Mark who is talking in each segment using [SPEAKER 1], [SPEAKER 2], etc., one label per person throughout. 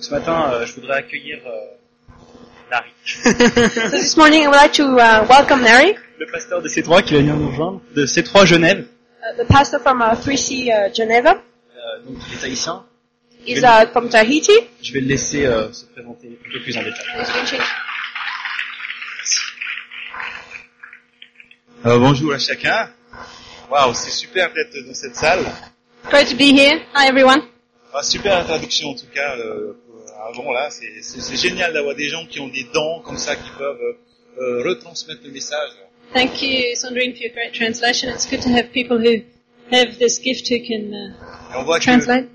[SPEAKER 1] Ce matin, euh, je voudrais accueillir euh, Larry,
[SPEAKER 2] So this morning I would like to uh, welcome Larry,
[SPEAKER 1] le pasteur de C3 qui va venir nous rejoindre, de C3 Genève,
[SPEAKER 2] uh, the pastor from uh, 3C uh, Geneva.
[SPEAKER 1] euh, donc il est haïtien.
[SPEAKER 2] He's uh, from Tahiti.
[SPEAKER 1] Je vais le laisser euh, se présenter un peu plus en détail.
[SPEAKER 2] He's been changed.
[SPEAKER 3] Euh, bonjour à chacun. Waouh, c'est super d'être dans cette salle.
[SPEAKER 2] Great to be here. Hi everyone.
[SPEAKER 3] Ah, super introduction en tout cas. euh, pour- avant là, c'est- c'est c'est génial d'avoir des gens qui ont des dents comme ça qui peuvent euh, euh, retransmettre le message.
[SPEAKER 4] Thank you, Sandrine, for your great translation. It's good to have people who have this gift who can uh,
[SPEAKER 3] Et on voit que,
[SPEAKER 4] translate.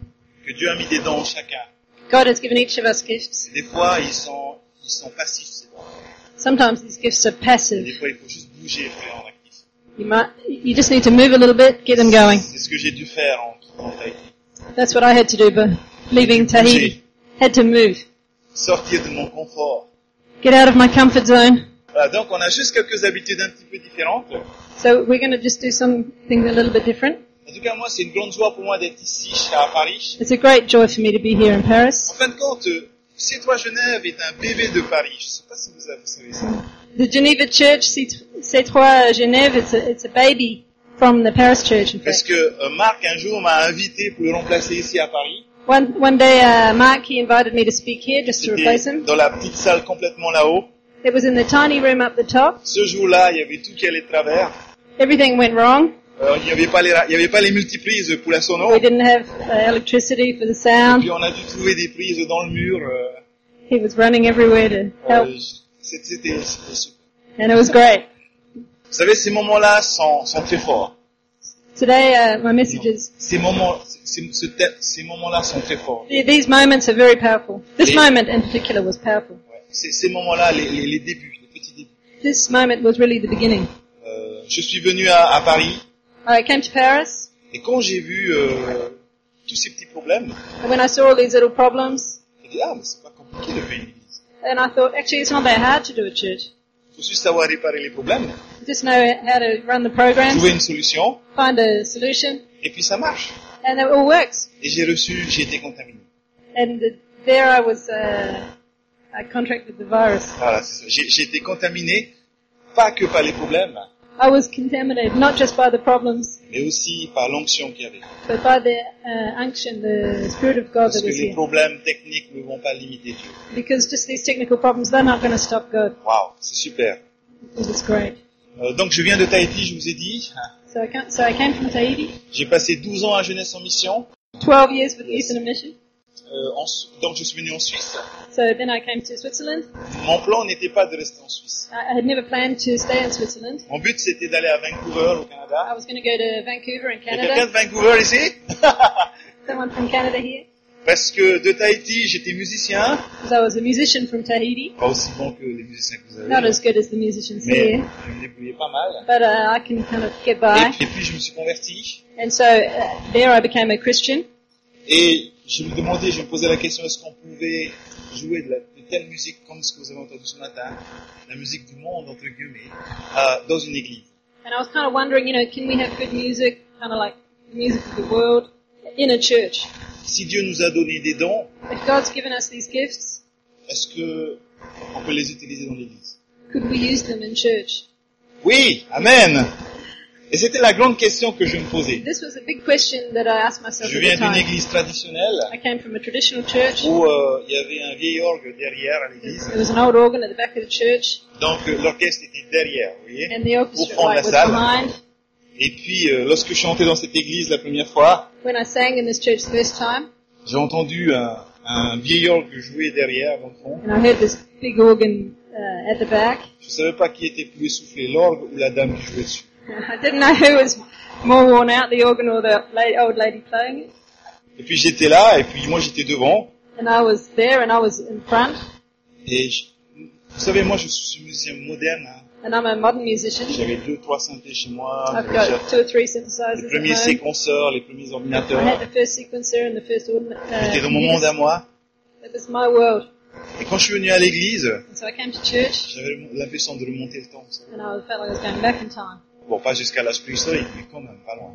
[SPEAKER 3] que Dieu a mis des dents en chacun.
[SPEAKER 4] God has given each of us gifts.
[SPEAKER 3] Des fois, ils sont ils sont passifs. ces dents.
[SPEAKER 4] Sometimes these gifts are
[SPEAKER 3] Et
[SPEAKER 4] passive.
[SPEAKER 3] Des fois, il faut juste bouger et faire en actif.
[SPEAKER 4] You might, you just need to move a little bit, get them going.
[SPEAKER 3] C'est ce que j'ai dû faire en quittant Tahiti.
[SPEAKER 4] That's what I had to do, but leaving Tahiti, had to move,
[SPEAKER 3] Sortir de mon confort.
[SPEAKER 4] get out of my comfort zone.
[SPEAKER 3] Voilà, donc on a juste quelques habitudes un petit peu différentes.
[SPEAKER 4] So we're going to just do something a little bit different.
[SPEAKER 3] En tout cas, moi, c'est une grande joie pour moi d'être ici, à Paris.
[SPEAKER 4] It's a great joy for me to be here in
[SPEAKER 3] En
[SPEAKER 4] Paris.
[SPEAKER 3] fin de compte, euh, C3 Genève est un bébé de Paris. Je ne sais pas si vous avez- vous savez ça.
[SPEAKER 4] The Geneva Church, C3 Genève, it's a, it's a baby from the Paris Church, in fact.
[SPEAKER 3] Parce que euh, Marc, un jour, m'a invité pour le remplacer ici à Paris.
[SPEAKER 4] One one day, uh, Mark he invited me to speak here just to replace
[SPEAKER 3] C'était
[SPEAKER 4] him.
[SPEAKER 3] dans la petite salle complètement là-haut.
[SPEAKER 4] It was in the tiny room up the top.
[SPEAKER 3] Ce jour-là, il y avait tout qui allait de travers.
[SPEAKER 4] Everything went wrong.
[SPEAKER 3] Euh, il n'y avait, pas les ra- il y avait pas les multiprises pour la sono.
[SPEAKER 4] We
[SPEAKER 3] Et
[SPEAKER 4] didn't have uh, electricity for the sound.
[SPEAKER 3] puis on a dû trouver des prises dans le mur. euh,
[SPEAKER 4] He was running everywhere to
[SPEAKER 3] euh,
[SPEAKER 4] help,
[SPEAKER 3] j- c'était- C'était c'était super.
[SPEAKER 4] and it was great.
[SPEAKER 3] Vous savez, ces moments-là sont, sont très forts.
[SPEAKER 4] Today, uh, my message is
[SPEAKER 3] Ces moments, ces, ce thème- ces moments-là sont très forts.
[SPEAKER 4] th- these moments are very powerful. This
[SPEAKER 3] Yeah.
[SPEAKER 4] moment in particular was powerful.
[SPEAKER 3] Ouais. Ces, ces moments-là, les, les- les débuts, les petits débuts.
[SPEAKER 4] This moment was really the beginning.
[SPEAKER 3] Euh, je suis venu à, à Paris
[SPEAKER 4] I came to Paris,
[SPEAKER 3] et quand j'ai vu euh, tous ces petits problèmes,
[SPEAKER 4] and when I saw all these little problems,
[SPEAKER 3] j'ai dit ah mais c'est pas compliqué de faire une église.
[SPEAKER 4] and I thought, actually, it's not that hard to do a church.
[SPEAKER 3] Faut juste savoir réparer les problèmes,
[SPEAKER 4] Just know how to run the programs,
[SPEAKER 3] trouver une solution
[SPEAKER 4] find a solution,
[SPEAKER 3] et puis ça marche.
[SPEAKER 4] and it all works.
[SPEAKER 3] Et j'ai reçu, j'ai été contaminé.
[SPEAKER 4] And uh, there I was, uh, I contracted the virus.
[SPEAKER 3] Voilà, c'est ça. J'ai j'ai été contaminé pas que par les problèmes,
[SPEAKER 4] I was contaminated, not just by the problems,
[SPEAKER 3] mais aussi par l'onction qu'il y avait.
[SPEAKER 4] but by the uh, unction, the Spirit of God
[SPEAKER 3] Parce
[SPEAKER 4] that
[SPEAKER 3] que
[SPEAKER 4] was
[SPEAKER 3] les
[SPEAKER 4] here.
[SPEAKER 3] problèmes techniques ne vont pas limiter Dieu.
[SPEAKER 4] Because just these technical problems, they're not going to stop God.
[SPEAKER 3] Waouh, c'est super.
[SPEAKER 4] It was great.
[SPEAKER 3] Euh, donc je viens de Tahiti, je vous ai dit.
[SPEAKER 4] So I, can so I came from Tahiti,
[SPEAKER 3] J'ai passé 12 ans à Jeunesse en mission.
[SPEAKER 4] 12 years with Youth in a Mission.
[SPEAKER 3] Euh, en Su- donc je suis venu en Suisse.
[SPEAKER 4] So then I came to Switzerland.
[SPEAKER 3] Mon plan n'était pas de rester en Suisse.
[SPEAKER 4] I I had never planned to stay in Switzerland.
[SPEAKER 3] Mon but, c'était d'aller à Vancouver, au
[SPEAKER 4] I
[SPEAKER 3] Canada.
[SPEAKER 4] was going to go to Vancouver in
[SPEAKER 3] Il y a quelqu'un de
[SPEAKER 4] Canada.
[SPEAKER 3] Vancouver ici
[SPEAKER 4] Someone from Canada here.
[SPEAKER 3] Parce que de Tahiti, j'étais musicien.
[SPEAKER 4] Because I was a musician from Tahiti.
[SPEAKER 3] Pas aussi bon que les musiciens que vous
[SPEAKER 4] Not
[SPEAKER 3] avez.
[SPEAKER 4] as good as the musicians
[SPEAKER 3] Mais
[SPEAKER 4] here.
[SPEAKER 3] je me débrouillais pas mal.
[SPEAKER 4] but uh, I can kind of get
[SPEAKER 3] Et
[SPEAKER 4] by.
[SPEAKER 3] puis, et puis, je me suis converti.
[SPEAKER 4] And so uh, there I became a Christian.
[SPEAKER 3] Et je me demandais, je me posais la question, est-ce qu'on pouvait jouer de, la- de telle musique comme ce que vous avez entendu ce matin, la musique du monde, entre guillemets, euh, dans une église
[SPEAKER 4] And I was kind of wondering, you know, can we have good music, kind of like the music of the world, in a church?
[SPEAKER 3] Si Dieu nous a donné des dons,
[SPEAKER 4] If God's given us these gifts,
[SPEAKER 3] est-ce que on peut les utiliser dans l'église
[SPEAKER 4] could we use them in church?
[SPEAKER 3] Oui, Amen. Et c'était la grande question que je me posais.
[SPEAKER 4] This was a big question that I asked myself
[SPEAKER 3] Je
[SPEAKER 4] at the
[SPEAKER 3] viens d'une
[SPEAKER 4] time.
[SPEAKER 3] église traditionnelle
[SPEAKER 4] I came from a traditional church.
[SPEAKER 3] où euh, il y avait un vieil orgue derrière à l'église.
[SPEAKER 4] There was an old organ at the back of the church,
[SPEAKER 3] Donc euh, l'orchestre était derrière, vous voyez.
[SPEAKER 4] and the orchestra
[SPEAKER 3] Au fond de la
[SPEAKER 4] was
[SPEAKER 3] salle.
[SPEAKER 4] behind.
[SPEAKER 3] Et puis euh, lorsque je chantais dans cette église la première fois,
[SPEAKER 4] When I sang in this church the first time,
[SPEAKER 3] j'ai entendu un, un vieil orgue jouer derrière dans le fond.
[SPEAKER 4] and I heard this big organ uh, at the back,
[SPEAKER 3] Je savais pas qui était plus essoufflé, l'orgue ou la dame qui jouait dessus.
[SPEAKER 4] I didn't know who was more worn out, the organ or the la- old lady playing it.
[SPEAKER 3] Et puis j'étais là, et puis moi j'étais devant.
[SPEAKER 4] And I was there and I was in front.
[SPEAKER 3] Et je- vous savez, moi je suis musicien moderne. hein.
[SPEAKER 4] And I'm a modern musician.
[SPEAKER 3] J'avais deux, trois synthés chez moi.
[SPEAKER 4] I've
[SPEAKER 3] j'avais déjà-
[SPEAKER 4] got two or three
[SPEAKER 3] les
[SPEAKER 4] synthesizers
[SPEAKER 3] premiers
[SPEAKER 4] at home.
[SPEAKER 3] séquenceurs, les premiers
[SPEAKER 4] I had
[SPEAKER 3] ordinateurs.
[SPEAKER 4] the first sequencer and the first ordinate.
[SPEAKER 3] J'étais dans mon monde à
[SPEAKER 4] Uh,
[SPEAKER 3] moi.
[SPEAKER 4] it was my world.
[SPEAKER 3] Et quand je suis venu à l'église,
[SPEAKER 4] And so I came to church
[SPEAKER 3] j'avais l'impression de remonter le temps. vous savez.
[SPEAKER 4] and I felt like I was going back in time.
[SPEAKER 3] Bon, pas jusqu'à l'âge préhistorique, mais quand même, pas loin.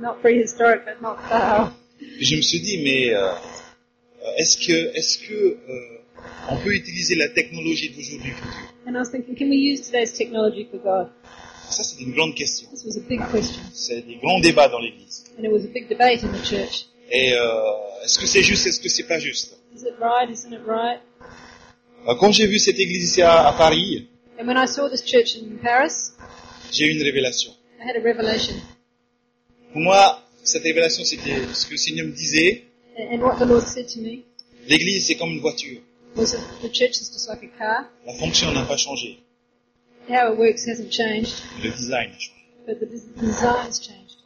[SPEAKER 4] Not prehistoric, but not far.
[SPEAKER 3] Puis je me suis dit, mais euh, euh, est-ce que, est-ce que euh, on peut utiliser la technologie d'aujourd'hui pour Dieu
[SPEAKER 4] And I was thinking, can we use today's technology for God?
[SPEAKER 3] Ça, c'est une grande question.
[SPEAKER 4] This was a big question,
[SPEAKER 3] C'est des grands débats dans l'Église.
[SPEAKER 4] and it was a big debate in the church.
[SPEAKER 3] Et euh, est-ce que c'est juste, est-ce que c'est pas juste
[SPEAKER 4] Is it right? Isn't it right?
[SPEAKER 3] Euh, Quand j'ai vu cette église ici à, à Paris,
[SPEAKER 4] And when I saw this church in Paris,
[SPEAKER 3] j'ai eu une révélation.
[SPEAKER 4] I had a revelation.
[SPEAKER 3] Pour moi, cette révélation, c'était ce que le Seigneur me disait.
[SPEAKER 4] And and what the Lord said to me
[SPEAKER 3] L'église, c'est comme une voiture.
[SPEAKER 4] was that the church is just like a car.
[SPEAKER 3] La fonction n'a pas changé.
[SPEAKER 4] How it works hasn't changed,
[SPEAKER 3] Le design a changé.
[SPEAKER 4] but the des- design's changed.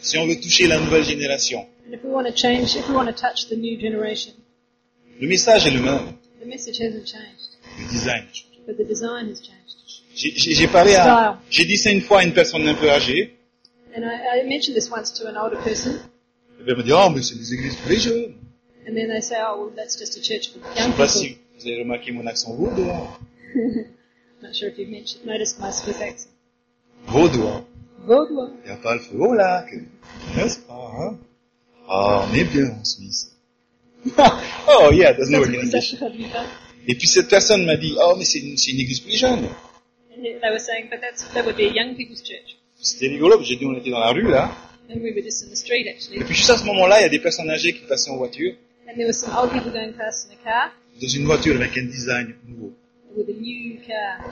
[SPEAKER 3] Si on veut toucher la nouvelle génération,
[SPEAKER 4] And if we want to change, if we want to touch the new generation,
[SPEAKER 3] le message est le même.
[SPEAKER 4] the message hasn't changed,
[SPEAKER 3] Le design a changé.
[SPEAKER 4] but the design has changed.
[SPEAKER 3] J'ai- J'ai j'ai parlé à, j'ai dit ça une fois à une personne un peu âgée.
[SPEAKER 4] And I, I mentioned this once to an older person,
[SPEAKER 3] Elle me dit, oh, mais c'est des églises pour les jeunes.
[SPEAKER 4] and then they say, oh, well, that's just a church for
[SPEAKER 3] Je
[SPEAKER 4] young
[SPEAKER 3] sais pas
[SPEAKER 4] people.
[SPEAKER 3] si vous avez remarqué mon accent vaudois.
[SPEAKER 4] I'm not sure if you've mentioned, noticed my Swiss accent.
[SPEAKER 3] Vaudois.
[SPEAKER 4] Vaudois.
[SPEAKER 3] Il n'y a pas le feu au lac. N'est-ce pas, hein? Ah, on est bien en Suisse. oh, yeah, there's no
[SPEAKER 4] That's
[SPEAKER 3] organization.
[SPEAKER 4] what I've done.
[SPEAKER 3] Et puis cette personne m'a dit, oh, mais c'est une, c'est une église pour les jeunes.
[SPEAKER 4] And they were saying, but that's, that would be a young people's church.
[SPEAKER 3] C'était rigolo, j'ai dit, on était dans la rue, là.
[SPEAKER 4] And we were just in the street,
[SPEAKER 3] Et
[SPEAKER 4] actually.
[SPEAKER 3] puis juste à ce moment-là, il y a des personnes âgées qui passaient en voiture,
[SPEAKER 4] And there were some old people going past in a car
[SPEAKER 3] dans une voiture avec un design nouveau.
[SPEAKER 4] with a new car,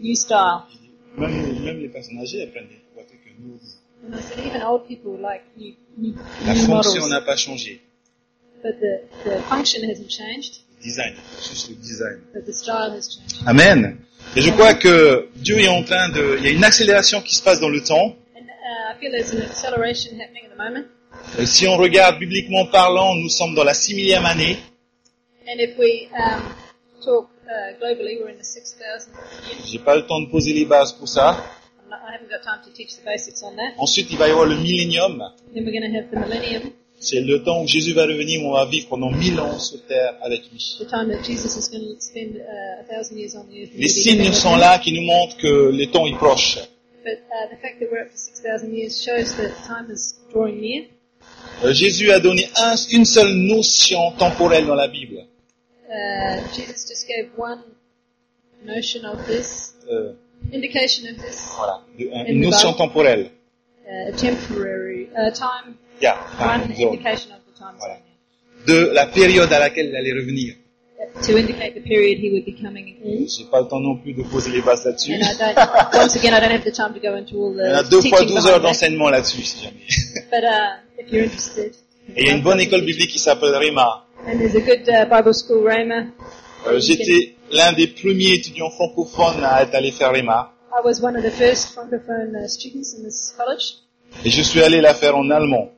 [SPEAKER 4] new style.
[SPEAKER 3] Même, même les personnes âgées, elles prennent des voitures avec un nouveau design.
[SPEAKER 4] And I said, even old people like new, new,
[SPEAKER 3] La
[SPEAKER 4] new
[SPEAKER 3] fonction
[SPEAKER 4] models.
[SPEAKER 3] n'a pas changé.
[SPEAKER 4] But the, the function hasn't changed,
[SPEAKER 3] Le design, juste le design.
[SPEAKER 4] but the style has changed.
[SPEAKER 3] Amen. Et je crois que Dieu est en train de... Il y a une accélération qui se passe dans le temps.
[SPEAKER 4] And uh, I feel there's an acceleration happening at the moment.
[SPEAKER 3] Euh, Si on regarde bibliquement parlant, nous sommes dans la six millième année.
[SPEAKER 4] And if we um, talk uh, globally, we're in the 6,000 year.
[SPEAKER 3] J'ai pas le temps de poser les bases pour ça.
[SPEAKER 4] I'm not- I haven't got time to teach the basics on that.
[SPEAKER 3] Ensuite, il va y avoir le millénium.
[SPEAKER 4] Then we're going to have the millennium,
[SPEAKER 3] C'est le temps où Jésus va revenir, où on va vivre pendant mille ans sur terre avec lui.
[SPEAKER 4] the time that Jesus is going to spend uh, a thousand years on the earth. and
[SPEAKER 3] Les
[SPEAKER 4] we'll be
[SPEAKER 3] signes
[SPEAKER 4] together with
[SPEAKER 3] sont
[SPEAKER 4] him.
[SPEAKER 3] là qui nous montrent que le temps est proche.
[SPEAKER 4] But uh, the fact that we're up to 6,000 years shows that time is drawing near.
[SPEAKER 3] Euh, Jésus a donné un- une seule notion temporelle dans la Bible.
[SPEAKER 4] Uh, Jesus just gave one notion of this,
[SPEAKER 3] Euh,
[SPEAKER 4] indication of this,
[SPEAKER 3] voilà, de- un-
[SPEAKER 4] Et
[SPEAKER 3] une
[SPEAKER 4] le
[SPEAKER 3] notion
[SPEAKER 4] bas.
[SPEAKER 3] temporelle.
[SPEAKER 4] uh, temporary uh, time,
[SPEAKER 3] Il y a
[SPEAKER 4] one
[SPEAKER 3] une zone.
[SPEAKER 4] indication of the time
[SPEAKER 3] Voilà.
[SPEAKER 4] zone.
[SPEAKER 3] de la période à laquelle il allait revenir.
[SPEAKER 4] Uh, To indicate the period he would be coming in.
[SPEAKER 3] J'ai pas le temps non plus de poser les bases là-dessus.
[SPEAKER 4] And I don't, once again, I don't have the time to go into all
[SPEAKER 3] Il y en a
[SPEAKER 4] the
[SPEAKER 3] deux fois
[SPEAKER 4] teaching
[SPEAKER 3] 12 heures
[SPEAKER 4] behind that,
[SPEAKER 3] d'enseignement là-dessus, si jamais.
[SPEAKER 4] but uh, if you're interested.
[SPEAKER 3] Et il y a une bonne école biblique qui s'appelle Rema.
[SPEAKER 4] And there's a good uh, Bible school, Rhema.
[SPEAKER 3] Euh, J'étais l'un des premiers étudiants francophones à être allé faire Rema.
[SPEAKER 4] I was one of the first Francophone uh, students in this college.
[SPEAKER 3] Et je suis allé la faire en allemand.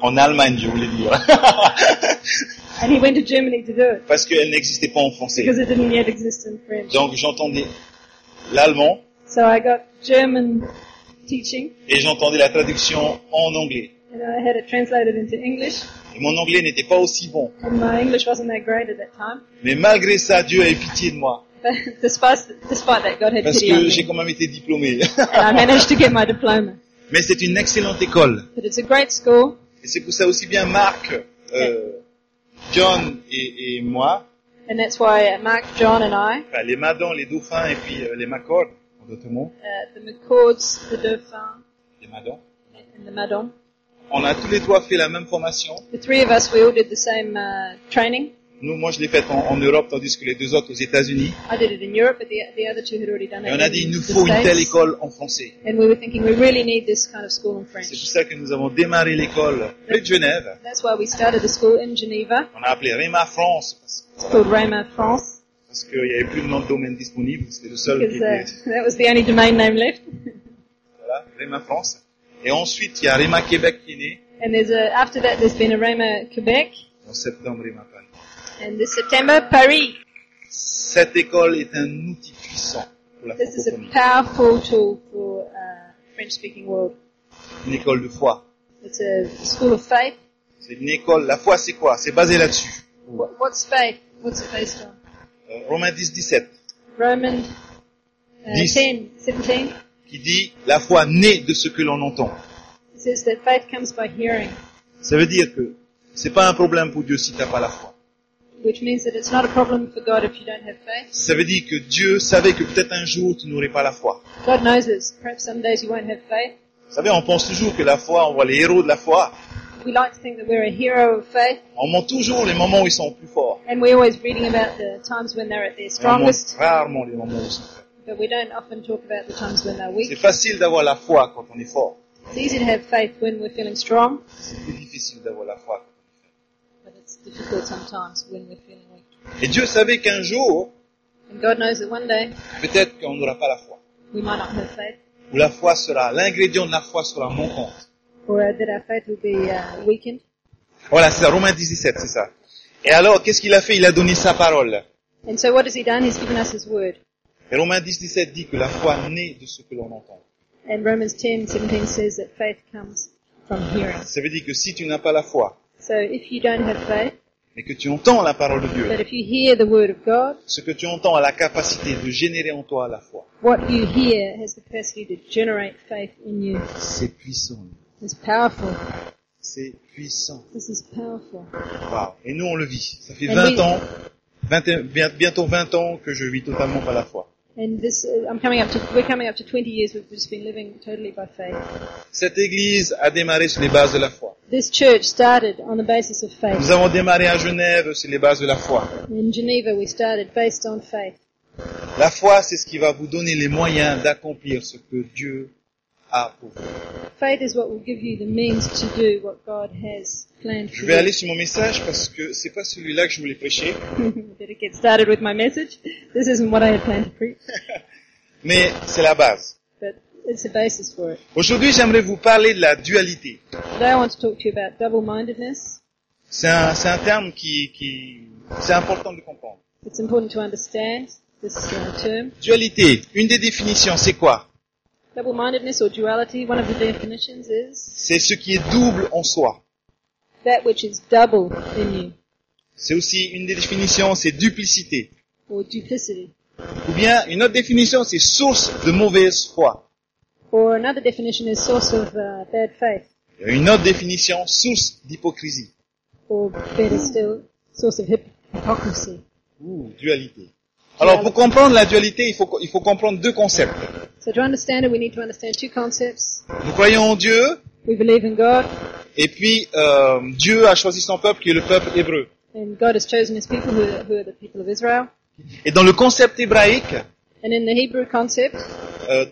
[SPEAKER 3] En Allemagne, je voulais dire.
[SPEAKER 4] And he went to Germany to do it
[SPEAKER 3] Parce qu'elle n'existait pas en français.
[SPEAKER 4] because it didn't yet exist in French.
[SPEAKER 3] Donc j'entendais l'allemand
[SPEAKER 4] So I got German teaching
[SPEAKER 3] et j'entendais la traduction en anglais.
[SPEAKER 4] and I had it translated into English
[SPEAKER 3] Et mon anglais n'était pas aussi bon.
[SPEAKER 4] and my English wasn't that great at that time.
[SPEAKER 3] Mais malgré ça, Dieu a eu pitié de moi.
[SPEAKER 4] But despite, despite that, God had
[SPEAKER 3] Parce
[SPEAKER 4] pity on
[SPEAKER 3] que j'ai
[SPEAKER 4] me
[SPEAKER 3] quand même été diplômé.
[SPEAKER 4] and I managed to get my diploma.
[SPEAKER 3] Mais c'est une excellente école.
[SPEAKER 4] But it's a great school
[SPEAKER 3] Et c'est pour ça aussi bien Marc, euh, John et, et moi,
[SPEAKER 4] and that's why uh, Mark, John and I,
[SPEAKER 3] enfin, les Madans, les Dauphins et puis euh, les Macordes, en d'autres mots,
[SPEAKER 4] uh, the McCords, the Dauphin
[SPEAKER 3] les Madans,
[SPEAKER 4] and the Madon,
[SPEAKER 3] on a tous les trois fait la même formation.
[SPEAKER 4] the three of us, we all did the same uh, training.
[SPEAKER 3] Nous, moi, je l'ai faite en, en Europe, tandis que les deux autres aux États-Unis.
[SPEAKER 4] I did it in Europe, but the, the other two had already done
[SPEAKER 3] Et
[SPEAKER 4] it
[SPEAKER 3] on a
[SPEAKER 4] in
[SPEAKER 3] dit, il
[SPEAKER 4] the
[SPEAKER 3] nous faut une telle
[SPEAKER 4] States.
[SPEAKER 3] école en français.
[SPEAKER 4] And we were thinking, we really need this kind of school in
[SPEAKER 3] C'est pour
[SPEAKER 4] French.
[SPEAKER 3] ça que nous avons démarré l'école près de Genève.
[SPEAKER 4] That's why we started the school in Geneva.
[SPEAKER 3] On a appelé Réma France parce,
[SPEAKER 4] It's called Rhema France
[SPEAKER 3] parce qu'il n'y avait plus de nom de domaine disponible. C'était le seul qui
[SPEAKER 4] because uh,
[SPEAKER 3] était.
[SPEAKER 4] that was the only domain name left.
[SPEAKER 3] Voilà, Réma France. Et ensuite, il y a Réma Québec qui est né.
[SPEAKER 4] And there's a, after that, there's been a Rhema Quebec,
[SPEAKER 3] En septembre, Réma Paris.
[SPEAKER 4] and this September, Paris.
[SPEAKER 3] Cette école est un outil puissant pour la
[SPEAKER 4] This is a
[SPEAKER 3] francophonie.
[SPEAKER 4] powerful tool for uh, French-speaking world.
[SPEAKER 3] Une école de foi.
[SPEAKER 4] It's a school of faith.
[SPEAKER 3] C'est une école, la foi c'est quoi C'est basé là-dessus.
[SPEAKER 4] What, what's faith? What's it based on?
[SPEAKER 3] Euh, Romains 10, 17,
[SPEAKER 4] Roman uh,
[SPEAKER 3] This-
[SPEAKER 4] 10, 17
[SPEAKER 3] qui dit la foi naît de ce que l'on entend.
[SPEAKER 4] says that faith comes by hearing.
[SPEAKER 3] Ça veut dire que C'est pas un problème pour Dieu si t'as pas la foi.
[SPEAKER 4] which means that it's not a problem for God if you don't have faith.
[SPEAKER 3] Ça veut dire que Dieu savait que peut-être un jour tu n'aurais pas la foi.
[SPEAKER 4] God knows this. Perhaps some days you won't have faith.
[SPEAKER 3] Vous savez, on pense toujours que la foi, on voit les héros de la foi.
[SPEAKER 4] We like to think that we're a hero of faith,
[SPEAKER 3] On montre toujours les moments où ils sont plus forts.
[SPEAKER 4] and we're always reading about the times when they're at their
[SPEAKER 3] Mais on montre
[SPEAKER 4] strongest,
[SPEAKER 3] rarement les moments où ils sont forts.
[SPEAKER 4] but we don't often talk about the times when they're
[SPEAKER 3] C'est
[SPEAKER 4] weak.
[SPEAKER 3] facile d'avoir la foi quand on est fort.
[SPEAKER 4] It's easy to have faith when we're feeling strong,
[SPEAKER 3] C'est plus difficile d'avoir la foi.
[SPEAKER 4] but it's difficult sometimes when we're feeling weak.
[SPEAKER 3] Et Dieu savait qu'un jour,
[SPEAKER 4] And God knows that one day
[SPEAKER 3] peut-être qu'on n'aura pas la foi.
[SPEAKER 4] we might not have faith,
[SPEAKER 3] Ou la foi sera, l'ingrédient de la foi sera manquant.
[SPEAKER 4] or uh, that our faith will be uh, weakened.
[SPEAKER 3] Voilà, c'est ça, Romains 17, c'est ça. Et alors, qu'est-ce qu'il a fait Il a donné sa parole.
[SPEAKER 4] And so what has He done? He's given us His word.
[SPEAKER 3] Et Romains 17 dit que la foi naît de ce que l'on entend.
[SPEAKER 4] And Romans 10:17 says that faith comes from hearing.
[SPEAKER 3] Ça veut dire que si tu n'as pas la foi,
[SPEAKER 4] So if you don't have faith,
[SPEAKER 3] mais que tu entends la parole de Dieu,
[SPEAKER 4] but if you hear the word of God,
[SPEAKER 3] ce que tu entends a la capacité de générer en toi la foi.
[SPEAKER 4] what you hear has the capacity to generate faith in you.
[SPEAKER 3] C'est puissant.
[SPEAKER 4] It's powerful.
[SPEAKER 3] C'est puissant.
[SPEAKER 4] This is powerful.
[SPEAKER 3] Waouh. Et nous, on le vit. Ça fait
[SPEAKER 4] Et
[SPEAKER 3] 20
[SPEAKER 4] oui.
[SPEAKER 3] ans, 21 bien- bientôt 20 ans que je vis totalement pas la foi.
[SPEAKER 4] And this, uh, I'm coming up to, we're coming up to 20 years. We've just been living totally by faith.
[SPEAKER 3] Cette église a démarré sur les bases de la foi.
[SPEAKER 4] This church started on the basis of
[SPEAKER 3] Nous
[SPEAKER 4] faith.
[SPEAKER 3] avons démarré à Genève sur les bases de la foi.
[SPEAKER 4] In Geneva, we started based on faith.
[SPEAKER 3] La foi, c'est ce qui va vous donner les moyens d'accomplir ce que Dieu a pour vous.
[SPEAKER 4] Faith is what will give you the means to do what God has planned for
[SPEAKER 3] Je vais aller
[SPEAKER 4] you.
[SPEAKER 3] sur mon message parce que c'est pas celui-là que je voulais prêcher.
[SPEAKER 4] Better get started with my message. This isn't what I had planned to preach,
[SPEAKER 3] Mais c'est la base.
[SPEAKER 4] but it's a basis for it.
[SPEAKER 3] Aujourd'hui, j'aimerais vous parler de la dualité.
[SPEAKER 4] Today I want to talk to you about double-mindedness.
[SPEAKER 3] C'est un, c'est un terme qui, qui c'est important de comprendre.
[SPEAKER 4] It's important to understand this uh, term.
[SPEAKER 3] Dualité, une des définitions, c'est quoi
[SPEAKER 4] Double-mindedness or duality, one of the definitions is
[SPEAKER 3] C'est ce qui est double en soi.
[SPEAKER 4] that which is double in you,
[SPEAKER 3] C'est aussi une des définitions, c'est duplicité.
[SPEAKER 4] or duplicity.
[SPEAKER 3] Ou bien une autre définition, c'est source de mauvaise foi.
[SPEAKER 4] Or another definition is source of uh, bad faith,
[SPEAKER 3] Il y a Une autre définition, source d'hypocrisie.
[SPEAKER 4] or better still, source of hip- hypocrisy.
[SPEAKER 3] Ouh, dualité. Alors pour comprendre la dualité, il faut, co- il faut comprendre deux concepts.
[SPEAKER 4] So to understand it, we need to understand two concepts.
[SPEAKER 3] Nous croyons en Dieu,
[SPEAKER 4] We believe in God,
[SPEAKER 3] et puis euh, Dieu a choisi son peuple qui est le peuple hébreu.
[SPEAKER 4] and God has chosen His people, who are, who are the people of Israel.
[SPEAKER 3] Et dans le concept hébraïque,
[SPEAKER 4] And in the Hebrew concept,
[SPEAKER 3] Euh,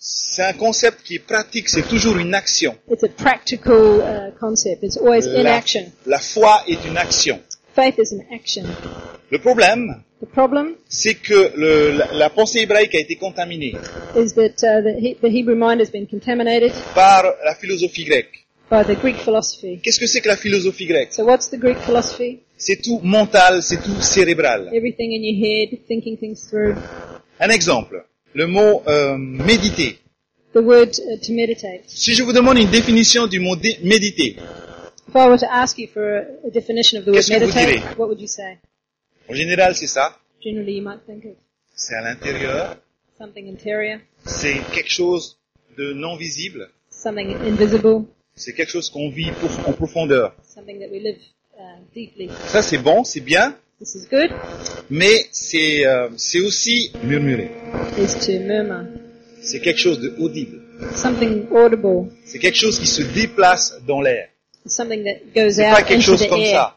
[SPEAKER 3] c'est un concept qui est pratique, c'est toujours une action.
[SPEAKER 4] it's a practical uh, concept. It's always in
[SPEAKER 3] La,
[SPEAKER 4] action.
[SPEAKER 3] la foi est une action.
[SPEAKER 4] Faith is an action.
[SPEAKER 3] Le problème,
[SPEAKER 4] The problem
[SPEAKER 3] c'est que le- la, la pensée hébraïque a été contaminée
[SPEAKER 4] is that uh, the, he- the Hebrew mind has been contaminated
[SPEAKER 3] par la philosophie grecque.
[SPEAKER 4] by the Greek philosophy.
[SPEAKER 3] Qu'est-ce que c'est que la philosophie grecque
[SPEAKER 4] So what's the Greek philosophy?
[SPEAKER 3] C'est tout mental, c'est tout cérébral.
[SPEAKER 4] Everything in your head, thinking things through.
[SPEAKER 3] Un exemple, le mot euh, méditer.
[SPEAKER 4] The word uh, to meditate.
[SPEAKER 3] Si je vous demande une définition du mot dé- méditer,
[SPEAKER 4] If I were to ask you for a, a definition of the word
[SPEAKER 3] Qu'est-ce que vous
[SPEAKER 4] meditate,
[SPEAKER 3] direz?
[SPEAKER 4] what would you say?
[SPEAKER 3] en général c'est ça,
[SPEAKER 4] Generally, you might think of
[SPEAKER 3] c'est à l'intérieur,
[SPEAKER 4] something interior,
[SPEAKER 3] c'est quelque chose de non visible,
[SPEAKER 4] something invisible,
[SPEAKER 3] c'est quelque chose qu'on vit prof- en profondeur.
[SPEAKER 4] something that we live uh, deeply.
[SPEAKER 3] Ça, c'est bon, c'est bien,
[SPEAKER 4] This is good,
[SPEAKER 3] mais c'est euh, c'est aussi murmurer.
[SPEAKER 4] is to murmur.
[SPEAKER 3] C'est quelque chose de audible.
[SPEAKER 4] Something audible,
[SPEAKER 3] C'est quelque chose qui se déplace dans l'air.
[SPEAKER 4] something that goes
[SPEAKER 3] C'est pas
[SPEAKER 4] out
[SPEAKER 3] quelque
[SPEAKER 4] into
[SPEAKER 3] chose
[SPEAKER 4] the
[SPEAKER 3] comme
[SPEAKER 4] air.
[SPEAKER 3] ça.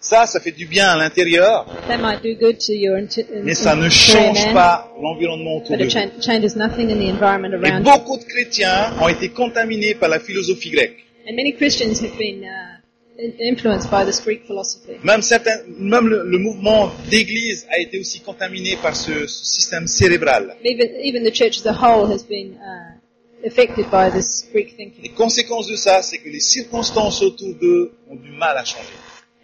[SPEAKER 3] Ça, ça fait du bien à l'intérieur,
[SPEAKER 4] That might do good to your inter- in-
[SPEAKER 3] mais ça ne
[SPEAKER 4] interior
[SPEAKER 3] change
[SPEAKER 4] man,
[SPEAKER 3] pas l'environnement autour
[SPEAKER 4] but
[SPEAKER 3] de
[SPEAKER 4] it
[SPEAKER 3] vous.
[SPEAKER 4] chan- changes nothing in the environment
[SPEAKER 3] Et
[SPEAKER 4] around you.
[SPEAKER 3] beaucoup de chrétiens ont été contaminés par la philosophie grecque.
[SPEAKER 4] And many Christians have been uh, in- influenced by this Greek philosophy.
[SPEAKER 3] Même certains, même le, le mouvement d'église a été aussi contaminé par ce, ce système cérébral.
[SPEAKER 4] Even, even the church as a whole has been uh, affected by this Greek
[SPEAKER 3] Les
[SPEAKER 4] thinking.
[SPEAKER 3] conséquences de ça, c'est que les circonstances autour d'eux ont du mal à changer.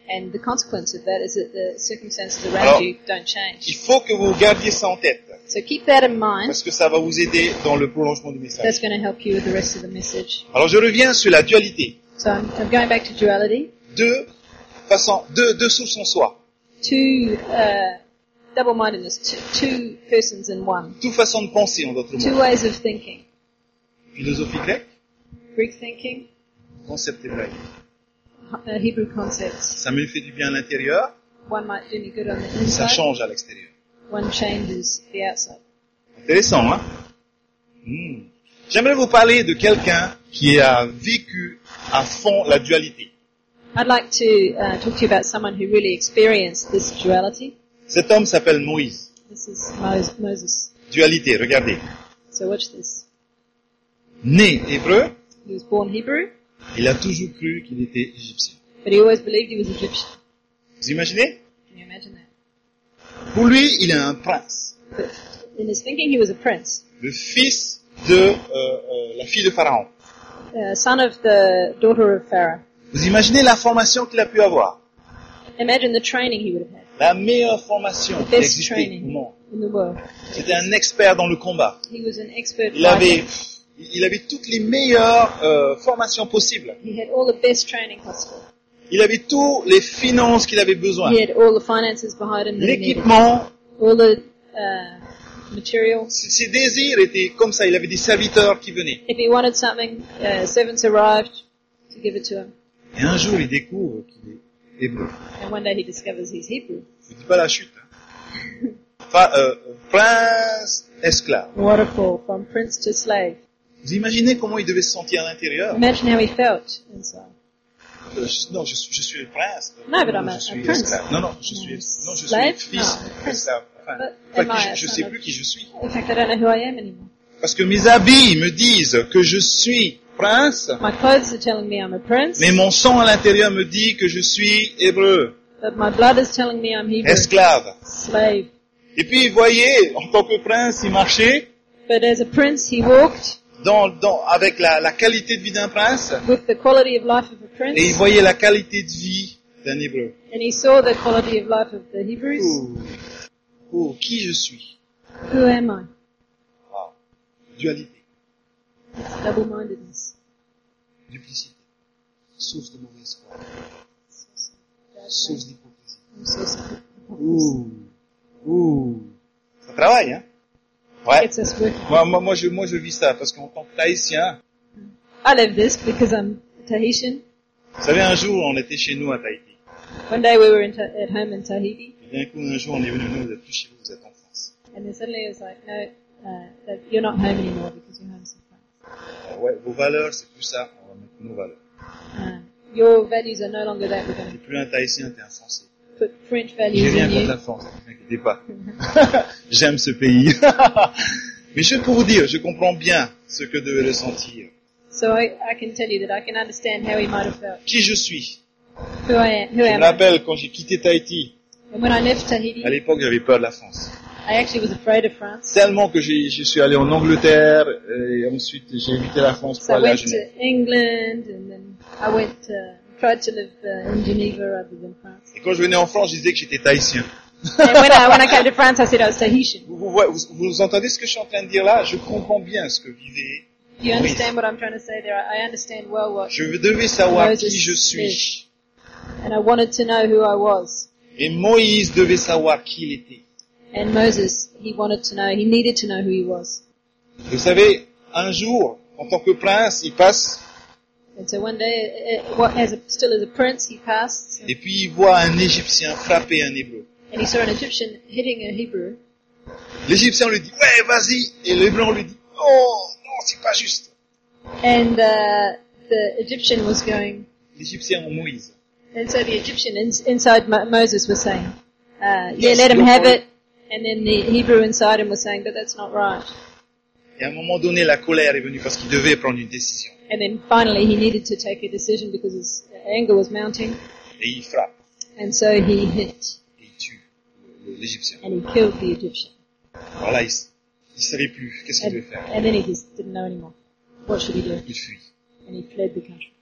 [SPEAKER 4] And the consequence of that is that the circumstances around
[SPEAKER 3] Alors-
[SPEAKER 4] you don't
[SPEAKER 3] Il
[SPEAKER 4] change.
[SPEAKER 3] faut que vous gardiez ça en tête.
[SPEAKER 4] So keep that in mind.
[SPEAKER 3] parce que ça va vous aider dans le prolongement du
[SPEAKER 4] That's
[SPEAKER 3] message.
[SPEAKER 4] going to help you with the rest of the message.
[SPEAKER 3] Alors je reviens sur la dualité.
[SPEAKER 4] So I'm, I'm going back to duality.
[SPEAKER 3] Deux façons, deux, deux sources en soi.
[SPEAKER 4] Two uh, double-mindedness, two, two persons in one.
[SPEAKER 3] Deux façons de penser en d'autres
[SPEAKER 4] Two
[SPEAKER 3] mots.
[SPEAKER 4] ways of thinking.
[SPEAKER 3] Philosophie grecque,
[SPEAKER 4] Greek thinking
[SPEAKER 3] concept hébraïque.
[SPEAKER 4] uh, Hebrew concepts.
[SPEAKER 3] Ça me fait du bien à l'intérieur,
[SPEAKER 4] One might do me good on the
[SPEAKER 3] ça
[SPEAKER 4] inside,
[SPEAKER 3] change à l'extérieur.
[SPEAKER 4] one changes the outside.
[SPEAKER 3] Intéressant, hein Hmm. J'aimerais vous parler de quelqu'un qui a vécu à fond la dualité.
[SPEAKER 4] I'd like to uh, talk to you about someone who really experienced this duality.
[SPEAKER 3] Cet homme s'appelle Moïse.
[SPEAKER 4] This is Mos- Moses.
[SPEAKER 3] Dualité, regardez.
[SPEAKER 4] So watch this.
[SPEAKER 3] Né hébreu,
[SPEAKER 4] He was born Hebrew,
[SPEAKER 3] il a toujours cru qu'il était égyptien.
[SPEAKER 4] but he always believed he was Egyptian.
[SPEAKER 3] Vous imaginez
[SPEAKER 4] Can you imagine that?
[SPEAKER 3] Pour lui, il est un prince,
[SPEAKER 4] But in his thinking, he was a prince,
[SPEAKER 3] le fils de euh, euh, la fille de Pharaon.
[SPEAKER 4] uh, son of the daughter of Pharaoh.
[SPEAKER 3] Vous imaginez la formation qu'il a pu avoir
[SPEAKER 4] Imagine the training he would have had.
[SPEAKER 3] La meilleure formation qui
[SPEAKER 4] Best
[SPEAKER 3] existait au
[SPEAKER 4] training
[SPEAKER 3] monde.
[SPEAKER 4] in the world.
[SPEAKER 3] C'était un expert dans le combat.
[SPEAKER 4] He was an expert
[SPEAKER 3] Il avait,
[SPEAKER 4] fighter.
[SPEAKER 3] pff, il avait toutes les meilleures euh, formations possibles.
[SPEAKER 4] He had all the best training possible.
[SPEAKER 3] Il avait toutes les finances qu'il avait besoin.
[SPEAKER 4] He had all the finances behind him that he needed.
[SPEAKER 3] L'équipement,
[SPEAKER 4] All the uh, materials.
[SPEAKER 3] ses ses désirs étaient comme ça. Il avait des serviteurs qui venaient.
[SPEAKER 4] If he wanted something, uh, servants arrived to give it to him.
[SPEAKER 3] Et un jour, il découvre qu'il est hébreu.
[SPEAKER 4] And one day he discovers he's Hebrew.
[SPEAKER 3] Je ne dis pas la chute. hein. Enfin, euh, prince, esclave.
[SPEAKER 4] Waterfall from prince to slave.
[SPEAKER 3] Vous imaginez comment il devait se sentir à l'intérieur
[SPEAKER 4] Imagine how he felt inside.
[SPEAKER 3] Euh, je- Non, je, suis- je suis le prince.
[SPEAKER 4] Non, mais
[SPEAKER 3] non,
[SPEAKER 4] I'm a-
[SPEAKER 3] je suis
[SPEAKER 4] a prince.
[SPEAKER 3] esclave. Non, non, je suis,
[SPEAKER 4] Non,
[SPEAKER 3] non, je suis
[SPEAKER 4] slave?
[SPEAKER 3] fils
[SPEAKER 4] Non, prince.
[SPEAKER 3] d'esclave. Enfin,
[SPEAKER 4] But
[SPEAKER 3] pas qui
[SPEAKER 4] am I
[SPEAKER 3] je
[SPEAKER 4] a hein,
[SPEAKER 3] ne
[SPEAKER 4] son
[SPEAKER 3] sais
[SPEAKER 4] of-
[SPEAKER 3] plus qui je suis.
[SPEAKER 4] In fact, I don't know who I am anymore.
[SPEAKER 3] Parce que mes habits me disent que je suis prince,
[SPEAKER 4] My clothes are telling me I'm a prince,
[SPEAKER 3] mais mon sang à l'intérieur me dit que je suis hébreu,
[SPEAKER 4] but my blood is telling me I'm Hebrew.
[SPEAKER 3] esclave.
[SPEAKER 4] Slave.
[SPEAKER 3] Et puis, vous voyez, en tant que prince, il marchait
[SPEAKER 4] But as a prince, he walked
[SPEAKER 3] dans, dans, avec la, la qualité de vie d'un prince,
[SPEAKER 4] with the quality of life of a
[SPEAKER 3] et il
[SPEAKER 4] prince,
[SPEAKER 3] voyait la qualité de vie d'un hébreu.
[SPEAKER 4] and he saw the quality of life of the Hebrews.
[SPEAKER 3] Oh, oh, qui je suis
[SPEAKER 4] Who am I?
[SPEAKER 3] Wow. Dualité,
[SPEAKER 4] It's double-mindedness.
[SPEAKER 3] duplicité, source de mauvaise foi, source d'hypocrisie.
[SPEAKER 4] I'm so sorry.
[SPEAKER 3] Ouh, ouh. Ça travaille, hein Ouais.
[SPEAKER 4] Gets us working.
[SPEAKER 3] Moi, moi, moi, je, moi, je vis ça, parce qu'en tant que Tahitien,
[SPEAKER 4] I love this because I'm Tahitian.
[SPEAKER 3] vous savez, un jour, on était chez nous à Tahiti.
[SPEAKER 4] One day we were in Ta- at home in Tahiti,
[SPEAKER 3] Et d'un coup, un jour, on est venu, non, vous êtes plus chez vous, vous êtes en France.
[SPEAKER 4] and then suddenly it was like, no, uh, that you're not home anymore because your home's in France.
[SPEAKER 3] Alors, ouais, vos valeurs, c'est plus ça, on va mettre nos valeurs.
[SPEAKER 4] Uh, your values are no longer that. We're
[SPEAKER 3] T'es
[SPEAKER 4] going
[SPEAKER 3] plus un Tahitien, t'es un Français.
[SPEAKER 4] to put French
[SPEAKER 3] J'ai
[SPEAKER 4] values
[SPEAKER 3] rien
[SPEAKER 4] in
[SPEAKER 3] contre
[SPEAKER 4] you.
[SPEAKER 3] la France, ne vous inquiétez pas. J'aime ce pays. Mais juste pour vous dire, je comprends bien ce que devait ressentir.
[SPEAKER 4] So I, I can tell you that I can understand how he might have felt.
[SPEAKER 3] Qui je suis
[SPEAKER 4] Who I am, who
[SPEAKER 3] Je me
[SPEAKER 4] am I?
[SPEAKER 3] rappelle quand j'ai quitté Tahiti.
[SPEAKER 4] And when I left Tahiti,
[SPEAKER 3] À l'époque, j'avais peur de la France.
[SPEAKER 4] I actually was afraid of France.
[SPEAKER 3] Tellement que j'ai- je suis allé en Angleterre et ensuite j'ai évité la France pour
[SPEAKER 4] So I
[SPEAKER 3] aller à
[SPEAKER 4] went
[SPEAKER 3] Genève.
[SPEAKER 4] to England, and then I went uh, tried to live uh, in Geneva rather than France.
[SPEAKER 3] Et quand je venais en France, je disais que j'étais Tahitien.
[SPEAKER 4] and when I when I came to France, I said I was Tahitian.
[SPEAKER 3] Vous, vous, vous- vous entendez ce que je suis en train de dire là Je comprends bien ce que vivait.
[SPEAKER 4] You understand what I'm trying to say there? I I understand well what,
[SPEAKER 3] Je devais savoir
[SPEAKER 4] Moses
[SPEAKER 3] qui je suis.
[SPEAKER 4] and I wanted to know who I was.
[SPEAKER 3] Et Moïse devait savoir qui il était.
[SPEAKER 4] And Moses, he wanted to know, he needed to know who he was.
[SPEAKER 3] Vous savez, un jour, en tant que prince, il passe
[SPEAKER 4] And so one day, uh, uh, what, as a, still as a prince, he passed,
[SPEAKER 3] et puis il voit un Égyptien frapper un Hébreu.
[SPEAKER 4] and he saw an Egyptian hitting a Hebrew.
[SPEAKER 3] L'Égyptien lui dit ouais vas-y et l'Hébreu lui dit oh non c'est pas juste.
[SPEAKER 4] And uh, the Egyptian was going,
[SPEAKER 3] L'Égyptien en Moïse.
[SPEAKER 4] and so the Egyptian in, inside Mo- Moses was saying, uh, yeah,
[SPEAKER 3] Yes,
[SPEAKER 4] let him
[SPEAKER 3] go
[SPEAKER 4] have
[SPEAKER 3] for
[SPEAKER 4] it. And then the Hebrew inside him was saying, but that's not right.
[SPEAKER 3] Et à un moment donné la colère est venue parce qu'il devait prendre une décision
[SPEAKER 4] And then finally he needed to take a decision because his anger was mounting.
[SPEAKER 3] et il frappe
[SPEAKER 4] And so he hit
[SPEAKER 3] et il tue le- l'Égyptien.
[SPEAKER 4] and he killed the Egyptian.
[SPEAKER 3] Alors là il, s- il savait plus qu'est-ce qu'il
[SPEAKER 4] And,
[SPEAKER 3] devait faire.
[SPEAKER 4] and then he just didn't know anymore. What should he do?
[SPEAKER 3] Il fuit.
[SPEAKER 4] And he fled the country.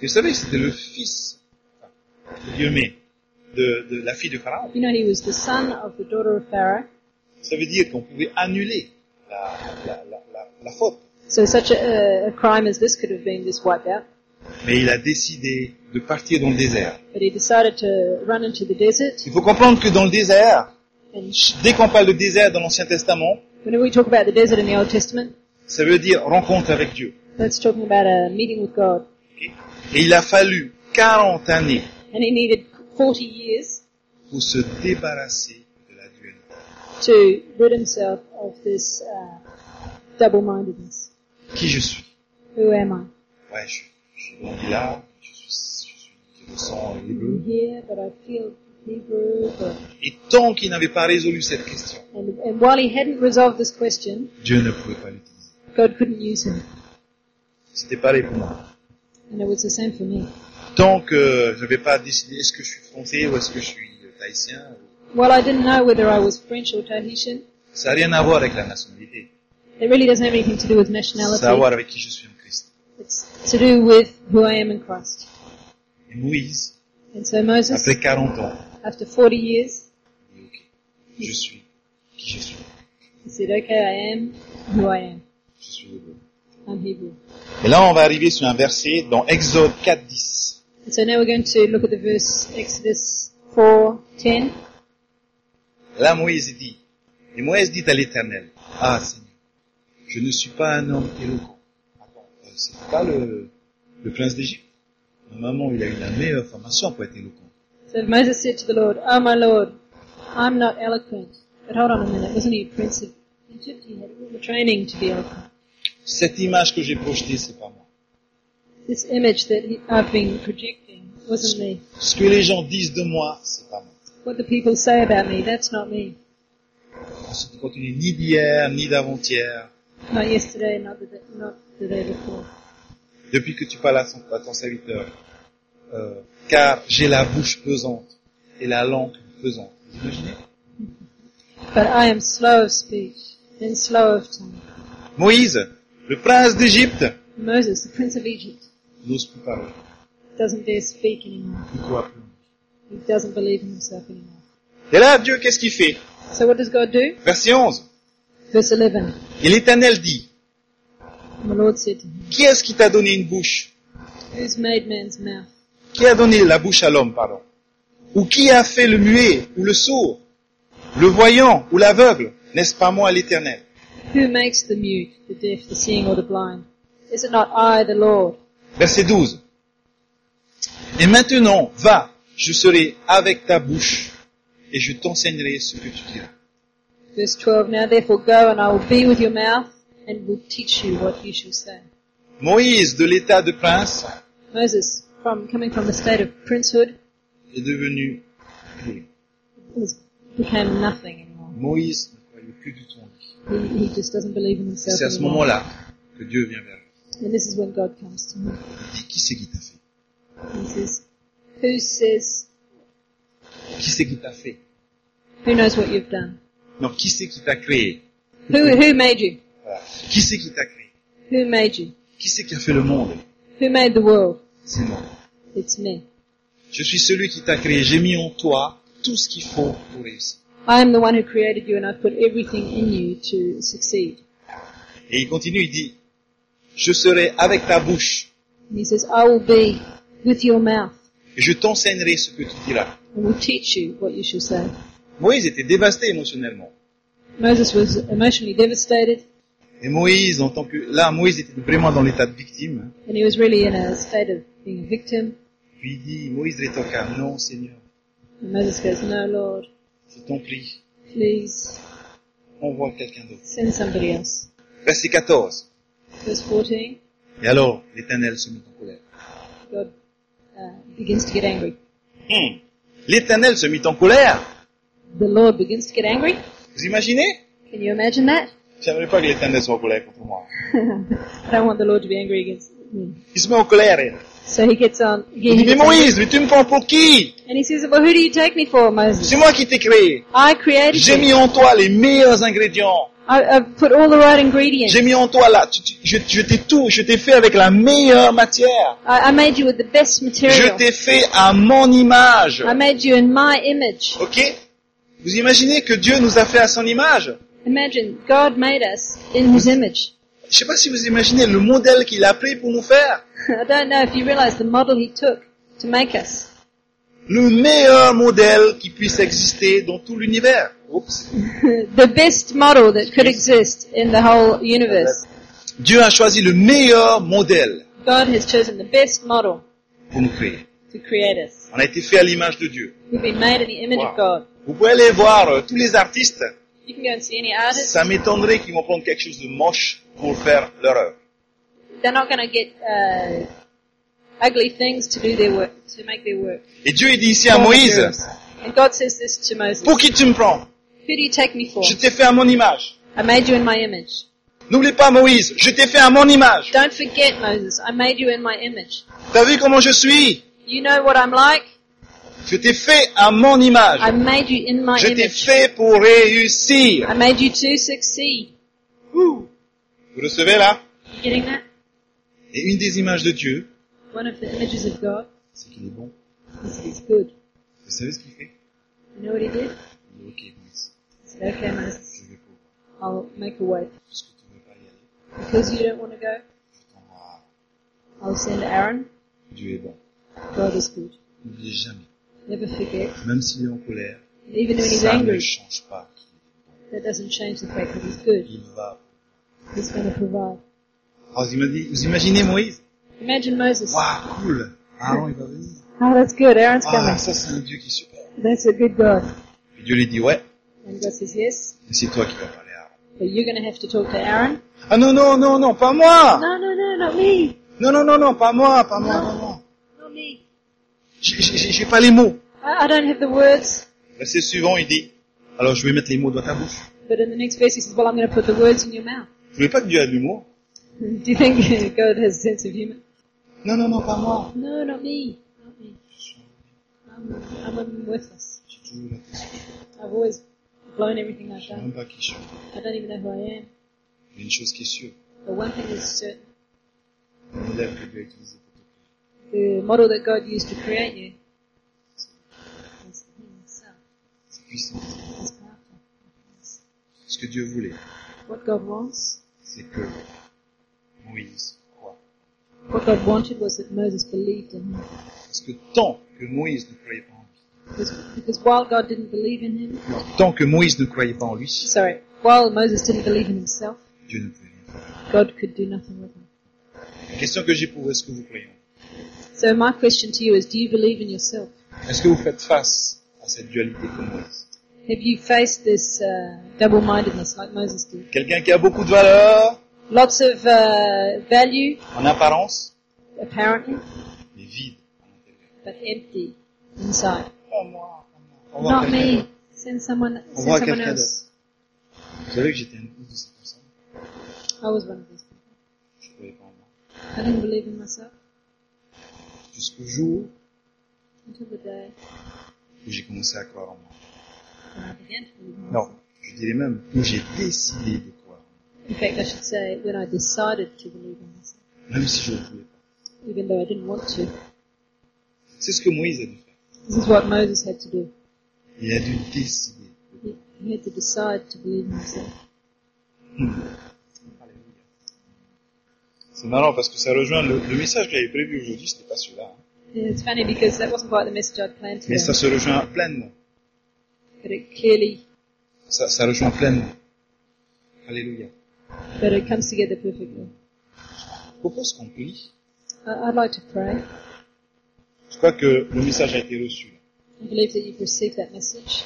[SPEAKER 3] Et vous savez c'était le fils enfin, de Dieu mais de, de la fille de Pharaon.
[SPEAKER 4] You know, he was the son of the daughter of Pharaoh.
[SPEAKER 3] Ça veut dire qu'on pouvait annuler la- la- la- la- la faute.
[SPEAKER 4] So such a, a crime as this could have been just wiped out.
[SPEAKER 3] mais il a décidé de partir dans le désert.
[SPEAKER 4] But he decided to run into the desert.
[SPEAKER 3] Il faut comprendre que dans le désert,
[SPEAKER 4] And
[SPEAKER 3] dès qu'on parle de désert dans l'Ancien Testament,
[SPEAKER 4] whenever we talk about the desert in the Old Testament,
[SPEAKER 3] ça veut dire rencontre avec Dieu.
[SPEAKER 4] that's talking about a meeting with God.
[SPEAKER 3] Et il a fallu 40 années
[SPEAKER 4] and he needed 40 years
[SPEAKER 3] pour se débarrasser de la dualité
[SPEAKER 4] to rid himself of this uh, double-mindedness.
[SPEAKER 3] qui je suis
[SPEAKER 4] Who am I?
[SPEAKER 3] ouais je, je grandis là je suis je suis je ressens
[SPEAKER 4] I'm
[SPEAKER 3] l'hébreu
[SPEAKER 4] here, but I feel Hebrew. But,
[SPEAKER 3] et tant qu'il n'avait pas résolu cette question
[SPEAKER 4] and, and while he hadn't resolved this question,
[SPEAKER 3] Dieu ne pouvait pas l'utiliser
[SPEAKER 4] God couldn't use him.
[SPEAKER 3] c'était pareil pour moi
[SPEAKER 4] And it was the same for me.
[SPEAKER 3] tant que je n'avais pas décidé est-ce que je suis français ou est-ce que je suis euh, tahitien ou-
[SPEAKER 4] While I didn't know whether I was French or Tahitian,
[SPEAKER 3] ça n'a rien à voir avec la nationalité
[SPEAKER 4] it really doesn't have anything to do with
[SPEAKER 3] ça a à voir
[SPEAKER 4] nationality.
[SPEAKER 3] avec qui je suis en Christ
[SPEAKER 4] It's to do with who I am in Christ.
[SPEAKER 3] et Moïse
[SPEAKER 4] And so Moses,
[SPEAKER 3] après 40 ans
[SPEAKER 4] after 40 years,
[SPEAKER 3] il dit, ok je suis qui je suis
[SPEAKER 4] he said, okay, I am who I am.
[SPEAKER 3] je suis l'hébreu
[SPEAKER 4] I'm Hebrew.
[SPEAKER 3] et là on va arriver sur un verset dans Exode 4 10
[SPEAKER 4] And so now we're going to look at the verse Exodus 4:10.
[SPEAKER 3] Là, Moïse dit, et Moïse dit à l'Éternel, Ah Seigneur, je ne suis pas un homme éloquent. Attends, euh, c'est pas le, le prince d'Égypte. Normalement, il a eu la meilleure formation pour être éloquent.
[SPEAKER 4] So Moses said to the Lord, Oh my Lord, I'm not eloquent. But hold on a minute, wasn't he a prince of Egypt? He had all the training to be eloquent.
[SPEAKER 3] Cette image que j'ai projetée, c'est pas moi.
[SPEAKER 4] This image that he, I've been projecting wasn't me.
[SPEAKER 3] Ce que les gens disent de moi, c'est pas moi.
[SPEAKER 4] What the people say about me, that's not me.
[SPEAKER 3] On se continue ni d'hier, ni d'avant-hier.
[SPEAKER 4] Not yesterday, not the day, not the day before.
[SPEAKER 3] Depuis que tu parles à, son- à ton serviteur, euh, car j'ai la bouche pesante et la langue pesante. Vous imaginez?
[SPEAKER 4] But I am slow of speech and slow of tongue.
[SPEAKER 3] Moïse, le prince d'Égypte,
[SPEAKER 4] Moses, the prince of Egypt,
[SPEAKER 3] n'ose plus parler.
[SPEAKER 4] doesn't dare speak anymore.
[SPEAKER 3] Il croit plus.
[SPEAKER 4] He doesn't believe in himself anymore.
[SPEAKER 3] Et là, Dieu, qu'est-ce qu'il fait
[SPEAKER 4] So what does God do?
[SPEAKER 3] Verset 11.
[SPEAKER 4] Verse 11.
[SPEAKER 3] Et l'Éternel dit,
[SPEAKER 4] And the Lord said to him,
[SPEAKER 3] qui est-ce qui t'a donné une bouche
[SPEAKER 4] Who's made man's mouth?
[SPEAKER 3] Qui a donné la bouche à l'homme, pardon Ou qui a fait le muet ou le sourd Le voyant ou l'aveugle N'est-ce pas moi l'Éternel
[SPEAKER 4] Who makes the mute, the deaf, the seeing, or the blind? Is it not I, the Lord?
[SPEAKER 3] Verset 12. Et maintenant, va, je serai avec ta bouche et je t'enseignerai ce que tu diras.
[SPEAKER 4] Verse 12. Now therefore go, and I will be with your mouth, and will teach you what you shall say.
[SPEAKER 3] Moïse, de l'état de prince,
[SPEAKER 4] Moses, from coming from the state of princehood,
[SPEAKER 3] est devenu... fou.
[SPEAKER 4] was, became nothing anymore.
[SPEAKER 3] Moïse ne croyait plus du tout en lui.
[SPEAKER 4] He, he just doesn't believe in himself
[SPEAKER 3] C'est à ce
[SPEAKER 4] anymore.
[SPEAKER 3] moment-là que Dieu vient vers lui.
[SPEAKER 4] And this is when God comes to him.
[SPEAKER 3] Il dit, qui c'est qui t'a fait
[SPEAKER 4] He says, Who says,
[SPEAKER 3] Qui c'est qui t'a fait
[SPEAKER 4] who knows what you've done?
[SPEAKER 3] Non, qui c'est qui t'a créé
[SPEAKER 4] Who, who made you?
[SPEAKER 3] Voilà. Qui c'est qui t'a créé
[SPEAKER 4] Who made you?
[SPEAKER 3] Qui c'est qui a fait le monde
[SPEAKER 4] Who made the world?
[SPEAKER 3] C'est moi.
[SPEAKER 4] It's me.
[SPEAKER 3] Je suis celui qui t'a créé. J'ai mis en toi tout ce qu'il faut pour réussir.
[SPEAKER 4] I am the one who created you and I've put everything in you to succeed.
[SPEAKER 3] Et il continue, il dit, je serai avec ta bouche
[SPEAKER 4] And he says, I will be with your mouth
[SPEAKER 3] et je t'enseignerai ce que tu diras.
[SPEAKER 4] and will teach you what you shall say.
[SPEAKER 3] Moïse était dévasté émotionnellement.
[SPEAKER 4] Moses was emotionally devastated
[SPEAKER 3] Et Moïse, en tant que... Là, Moïse était vraiment dans l'état de victime. hein.
[SPEAKER 4] and he was really in a state of being a victim.
[SPEAKER 3] Puis il dit, Moïse rétorqua, non Seigneur,
[SPEAKER 4] And Moses goes, No, Lord,
[SPEAKER 3] je t'en prie,
[SPEAKER 4] please
[SPEAKER 3] envoie quelqu'un d'autre.
[SPEAKER 4] send somebody else.
[SPEAKER 3] Verset 14.
[SPEAKER 4] Verse 14,
[SPEAKER 3] Et alors, l'Éternel se mit en colère.
[SPEAKER 4] God uh, begins to get angry.
[SPEAKER 3] Hmm. L'Éternel se mit en colère.
[SPEAKER 4] The Lord begins to get angry.
[SPEAKER 3] Vous imaginez
[SPEAKER 4] Can you imagine that?
[SPEAKER 3] J'aimerais pas que l'Éternel soit en colère contre moi.
[SPEAKER 4] I don't want the Lord to be angry against me.
[SPEAKER 3] Il se met en colère. elle.
[SPEAKER 4] So he gets on.
[SPEAKER 3] Il dit,
[SPEAKER 4] He
[SPEAKER 3] mais
[SPEAKER 4] gets angry.
[SPEAKER 3] Moïse, mais tu me prends pour qui
[SPEAKER 4] and he says, Well, who do you take me for, Moses?
[SPEAKER 3] C'est moi qui t'ai créé.
[SPEAKER 4] I created
[SPEAKER 3] J'ai
[SPEAKER 4] you.
[SPEAKER 3] mis en toi les meilleurs ingrédients.
[SPEAKER 4] I, I've put all the right ingredients.
[SPEAKER 3] J'ai mis en toi la, tu- tu- je, je t'ai tout, je t'ai fait avec la meilleure matière.
[SPEAKER 4] I, I made you with the best
[SPEAKER 3] Je
[SPEAKER 4] material.
[SPEAKER 3] t'ai fait à mon image.
[SPEAKER 4] I made you in my image.
[SPEAKER 3] Ok Vous imaginez que Dieu nous a fait à son image
[SPEAKER 4] Imagine, God made us in His image.
[SPEAKER 3] Je sais pas si vous imaginez le modèle qu'il a pris pour nous faire.
[SPEAKER 4] I don't know if you realize the model He took to make us.
[SPEAKER 3] Le meilleur modèle qui puisse exister dans tout l'univers. Oups.
[SPEAKER 4] the best model that could exist in the whole universe.
[SPEAKER 3] Dieu a choisi le meilleur modèle
[SPEAKER 4] God has chosen the best model
[SPEAKER 3] pour nous créer.
[SPEAKER 4] who create us.
[SPEAKER 3] On a été fait à l'image de Dieu.
[SPEAKER 4] We've been made in the image
[SPEAKER 3] Wow.
[SPEAKER 4] of God.
[SPEAKER 3] Vous pouvez aller voir euh, tous les artistes.
[SPEAKER 4] You can go and see any artist.
[SPEAKER 3] Ça m'étonnerait qu'ils vont prendre quelque chose de moche pour faire leur œuvre.
[SPEAKER 4] They're not going to get uh, ugly things to do their work, to make their work.
[SPEAKER 3] Et Dieu il dit ici à Moïse,
[SPEAKER 4] And God says this to Moses.
[SPEAKER 3] pour qui tu me prends
[SPEAKER 4] Who do you take me for?
[SPEAKER 3] Je t'ai fait à mon image.
[SPEAKER 4] I made you in my image.
[SPEAKER 3] N'oublie pas Moïse, je t'ai fait à mon image.
[SPEAKER 4] Don't forget, Moses, I made you in my image.
[SPEAKER 3] T'as vu comment je suis
[SPEAKER 4] You know what I'm like?
[SPEAKER 3] Je t'ai fait à mon image.
[SPEAKER 4] I made you in my
[SPEAKER 3] Je t'ai
[SPEAKER 4] image.
[SPEAKER 3] fait pour réussir.
[SPEAKER 4] I made you to succeed.
[SPEAKER 3] Ouh. Vous recevez là
[SPEAKER 4] You getting that?
[SPEAKER 3] Et une des images de Dieu,
[SPEAKER 4] One of the images of God
[SPEAKER 3] c'est qu'il est bon.
[SPEAKER 4] is he's good.
[SPEAKER 3] Vous savez ce qu'il fait
[SPEAKER 4] You know what he did?
[SPEAKER 3] Il dit, Ok, Moïse,
[SPEAKER 4] He said, okay, Moses,
[SPEAKER 3] je vais pour
[SPEAKER 4] I'll make a way.
[SPEAKER 3] parce que tu ne veux pas y aller.
[SPEAKER 4] Because you don't want to go,
[SPEAKER 3] Attends, ah,
[SPEAKER 4] I'll send Aaron.
[SPEAKER 3] Dieu est bon.
[SPEAKER 4] God is good.
[SPEAKER 3] N'oubliez jamais,
[SPEAKER 4] Never forget.
[SPEAKER 3] même s'il est en colère,
[SPEAKER 4] And even when he's
[SPEAKER 3] ça ne
[SPEAKER 4] angry,
[SPEAKER 3] change pas.
[SPEAKER 4] that doesn't change the fact that he's good.
[SPEAKER 3] Il va.
[SPEAKER 4] He's going to provide.
[SPEAKER 3] Oh, vous imaginez- vous imaginez Moïse
[SPEAKER 4] Imagine Moses.
[SPEAKER 3] Waouh, cool. Aaron, il va venir.
[SPEAKER 4] Oh, that's good. Aaron's
[SPEAKER 3] Ah,
[SPEAKER 4] coming.
[SPEAKER 3] ça c'est un Dieu qui est super.
[SPEAKER 4] That's a good God.
[SPEAKER 3] Et Dieu lui dit ouais,
[SPEAKER 4] And God says, yes,
[SPEAKER 3] mais c'est toi qui vas parler à Aaron.
[SPEAKER 4] but you're going to have to talk to Aaron.
[SPEAKER 3] Ah non non non non, pas moi.
[SPEAKER 4] No, no, no, not me.
[SPEAKER 3] Non non non non, pas moi, pas moi, pas moi.
[SPEAKER 4] Not me.
[SPEAKER 3] J'ai- J'ai j'ai pas les mots.
[SPEAKER 4] I, I don't have the words.
[SPEAKER 3] Verset suivant, il dit. Alors je vais mettre les mots dans ta bouche.
[SPEAKER 4] But in the next verse, he says, well, I'm going to put the words in your mouth.
[SPEAKER 3] Je voulais pas que Dieu ait de l'humour.
[SPEAKER 4] Do you think God has a sense of humor?
[SPEAKER 3] Non non non, pas moi.
[SPEAKER 4] No, not me. Not me. I'm, I'm worthless.
[SPEAKER 3] J'ai toujours la question,
[SPEAKER 4] I've always blown everything I've
[SPEAKER 3] je sais même
[SPEAKER 4] done.
[SPEAKER 3] pas qui je suis.
[SPEAKER 4] I don't even know who I am.
[SPEAKER 3] Il y a une chose qui est sûre.
[SPEAKER 4] But one thing is certain.
[SPEAKER 3] Le modèle que Dieu a utilisé pour toi.
[SPEAKER 4] The model that God used to create you is Him Himself.
[SPEAKER 3] C'est puissant.
[SPEAKER 4] He's powerful.
[SPEAKER 3] Ce que Dieu voulait,
[SPEAKER 4] What God wants,
[SPEAKER 3] c'est que Moïse croit.
[SPEAKER 4] what God wanted was that Moses believed in Him.
[SPEAKER 3] Parce que tant que Moïse ne croyait pas en lui,
[SPEAKER 4] Because, because while God didn't believe in Him,
[SPEAKER 3] tant que Moïse ne croyait pas en lui,
[SPEAKER 4] sorry, while Moses didn't believe in himself,
[SPEAKER 3] Dieu ne pouvait rien faire.
[SPEAKER 4] God could do nothing with him.
[SPEAKER 3] La question que j'ai pour vous, est-ce que vous croyez en lui
[SPEAKER 4] So my question to you is, do you believe in yourself?
[SPEAKER 3] Est-ce que vous faites face à cette dualité comme Moïse
[SPEAKER 4] Have you faced this uh, double-mindedness like Moses did?
[SPEAKER 3] Quelqu'un qui a beaucoup de valeur
[SPEAKER 4] Lots of uh, value,
[SPEAKER 3] en apparence,
[SPEAKER 4] apparently,
[SPEAKER 3] mais vide à l'intérieur.
[SPEAKER 4] but empty inside.
[SPEAKER 3] Pas moi, pas moi. On voit
[SPEAKER 4] Not
[SPEAKER 3] quelqu'un
[SPEAKER 4] me.
[SPEAKER 3] d'autre.
[SPEAKER 4] Send someone.
[SPEAKER 3] On
[SPEAKER 4] Send
[SPEAKER 3] voit
[SPEAKER 4] someone
[SPEAKER 3] quelqu'un
[SPEAKER 4] else.
[SPEAKER 3] d'autre. Vous savez que j'étais un une de ces personnes.
[SPEAKER 4] I was one of these. people.
[SPEAKER 3] Je ne croyais pas en moi.
[SPEAKER 4] I didn't believe in myself
[SPEAKER 3] Jusqu'au jour
[SPEAKER 4] until the day
[SPEAKER 3] où j'ai commencé à croire en moi.
[SPEAKER 4] when I began to believe in myself.
[SPEAKER 3] Non, je dirais même où j'ai décidé de croire en moi.
[SPEAKER 4] In fact, I should say when I decided to believe in myself,
[SPEAKER 3] Même si je ne le voulais pas.
[SPEAKER 4] even though I didn't want to.
[SPEAKER 3] C'est ce que Moïse a dû faire.
[SPEAKER 4] This is what Moses had to do.
[SPEAKER 3] Il a dû décider.
[SPEAKER 4] He he had to decide to believe in himself.
[SPEAKER 3] Alléluia. C'est marrant parce que ça rejoint le, le message que j'avais prévu aujourd'hui, c'était pas celui-là. hein.
[SPEAKER 4] Yeah, it's funny because that wasn't quite the message I'd planned
[SPEAKER 3] Mais
[SPEAKER 4] today,
[SPEAKER 3] ça se rejoint pleinement.
[SPEAKER 4] but it clearly,
[SPEAKER 3] Ça, ça rejoint pleinement. Alléluia.
[SPEAKER 4] but it comes together perfectly.
[SPEAKER 3] Je propose qu'on prie.
[SPEAKER 4] I, I'd like to pray.
[SPEAKER 3] Je crois que le message a été reçu.
[SPEAKER 4] I believe that you've received that message.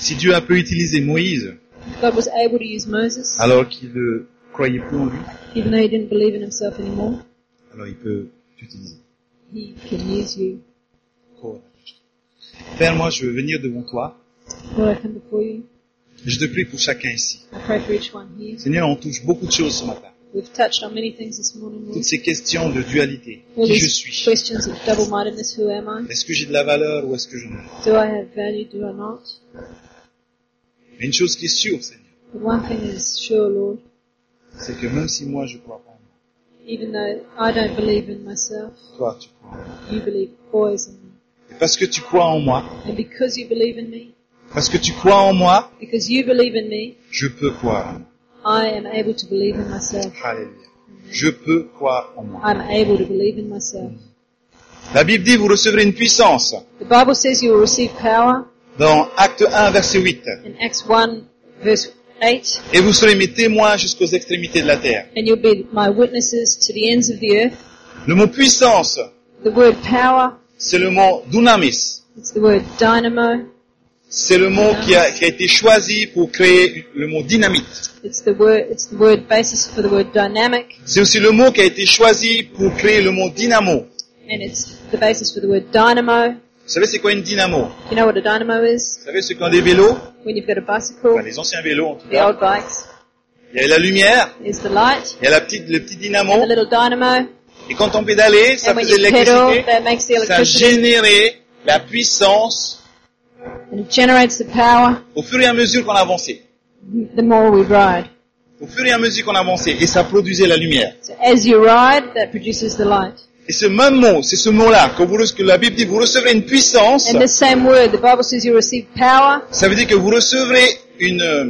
[SPEAKER 3] Si Dieu a pu utiliser Moïse
[SPEAKER 4] God was able to use Moses,
[SPEAKER 3] alors qu'il ne croyait plus en lui,
[SPEAKER 4] even though he didn't believe in himself anymore.
[SPEAKER 3] alors il peut t'utiliser.
[SPEAKER 4] He can use you.
[SPEAKER 3] Père, moi, je veux venir devant toi.
[SPEAKER 4] Lord, I come before you.
[SPEAKER 3] Je te prie pour chacun ici.
[SPEAKER 4] I pray for each one here.
[SPEAKER 3] Seigneur, on touche beaucoup de choses ce matin.
[SPEAKER 4] We've touched on many things this morning, Lord.
[SPEAKER 3] Toutes ces questions de dualité.
[SPEAKER 4] All
[SPEAKER 3] Qui je
[SPEAKER 4] these
[SPEAKER 3] suis
[SPEAKER 4] questions of double-mindedness, who am I?
[SPEAKER 3] Est-ce que j'ai de la valeur ou est-ce que je n'en ai pas
[SPEAKER 4] Do I have value, do I not?
[SPEAKER 3] Mais une chose qui est sûre, Seigneur,
[SPEAKER 4] But one thing is sure, Lord,
[SPEAKER 3] c'est que même si moi, je ne crois pas en moi,
[SPEAKER 4] even though I don't believe in myself,
[SPEAKER 3] toi, tu crois en moi.
[SPEAKER 4] you believe always in me.
[SPEAKER 3] Et parce que tu crois en moi,
[SPEAKER 4] And because you believe in me,
[SPEAKER 3] parce que tu crois en moi,
[SPEAKER 4] because you believe in me,
[SPEAKER 3] je peux croire en moi.
[SPEAKER 4] I am able to believe in myself.
[SPEAKER 3] Alléluia. Je peux croire en moi.
[SPEAKER 4] I'm able to believe in myself.
[SPEAKER 3] La Bible dit, vous recevrez une puissance.
[SPEAKER 4] The Bible says you will receive power
[SPEAKER 3] Dans Acte 1, verset 8.
[SPEAKER 4] in Acts 1 verse 8,
[SPEAKER 3] Et vous serez mes témoins jusqu'aux extrémités de la terre.
[SPEAKER 4] and you'll be my witnesses to the ends of the earth.
[SPEAKER 3] Le mot puissance
[SPEAKER 4] the word power,
[SPEAKER 3] c'est le mot dunamis.
[SPEAKER 4] it's the word dynamo,
[SPEAKER 3] C'est le mot qui a, qui a été choisi pour créer le mot dynamite.
[SPEAKER 4] it's the word, it's the word basis for the word dynamic,
[SPEAKER 3] C'est aussi le mot qui a été choisi pour créer le mot dynamo.
[SPEAKER 4] and it's the basis for the word dynamo.
[SPEAKER 3] Vous savez c'est quoi une dynamo
[SPEAKER 4] You know what a dynamo is?
[SPEAKER 3] Vous savez ceux qui ont des vélos,
[SPEAKER 4] When you've got a bicycle,
[SPEAKER 3] enfin, les anciens vélos en tout
[SPEAKER 4] the
[SPEAKER 3] cas,
[SPEAKER 4] old bikes,
[SPEAKER 3] il y a la lumière,
[SPEAKER 4] is the light,
[SPEAKER 3] il y a la petite, le petit
[SPEAKER 4] the
[SPEAKER 3] dynamo,
[SPEAKER 4] little dynamo,
[SPEAKER 3] et quand on pédalait, ça
[SPEAKER 4] and when
[SPEAKER 3] faisait
[SPEAKER 4] you
[SPEAKER 3] de
[SPEAKER 4] pedal,
[SPEAKER 3] l'électricité,
[SPEAKER 4] that makes
[SPEAKER 3] ça
[SPEAKER 4] the electricity,
[SPEAKER 3] générait la puissance
[SPEAKER 4] and it generates the power
[SPEAKER 3] au fur et à mesure qu'on avançait.
[SPEAKER 4] the more we ride.
[SPEAKER 3] Au fur et à mesure qu'on avançait, et ça produisait la lumière.
[SPEAKER 4] So as you ride, that produces the light.
[SPEAKER 3] Et ce même mot, c'est ce mot-là, que, vous, rece- que la Bible dit, vous recevrez une puissance,
[SPEAKER 4] And this same word, the Bible says you receive power,
[SPEAKER 3] ça veut dire que vous recevrez une, euh,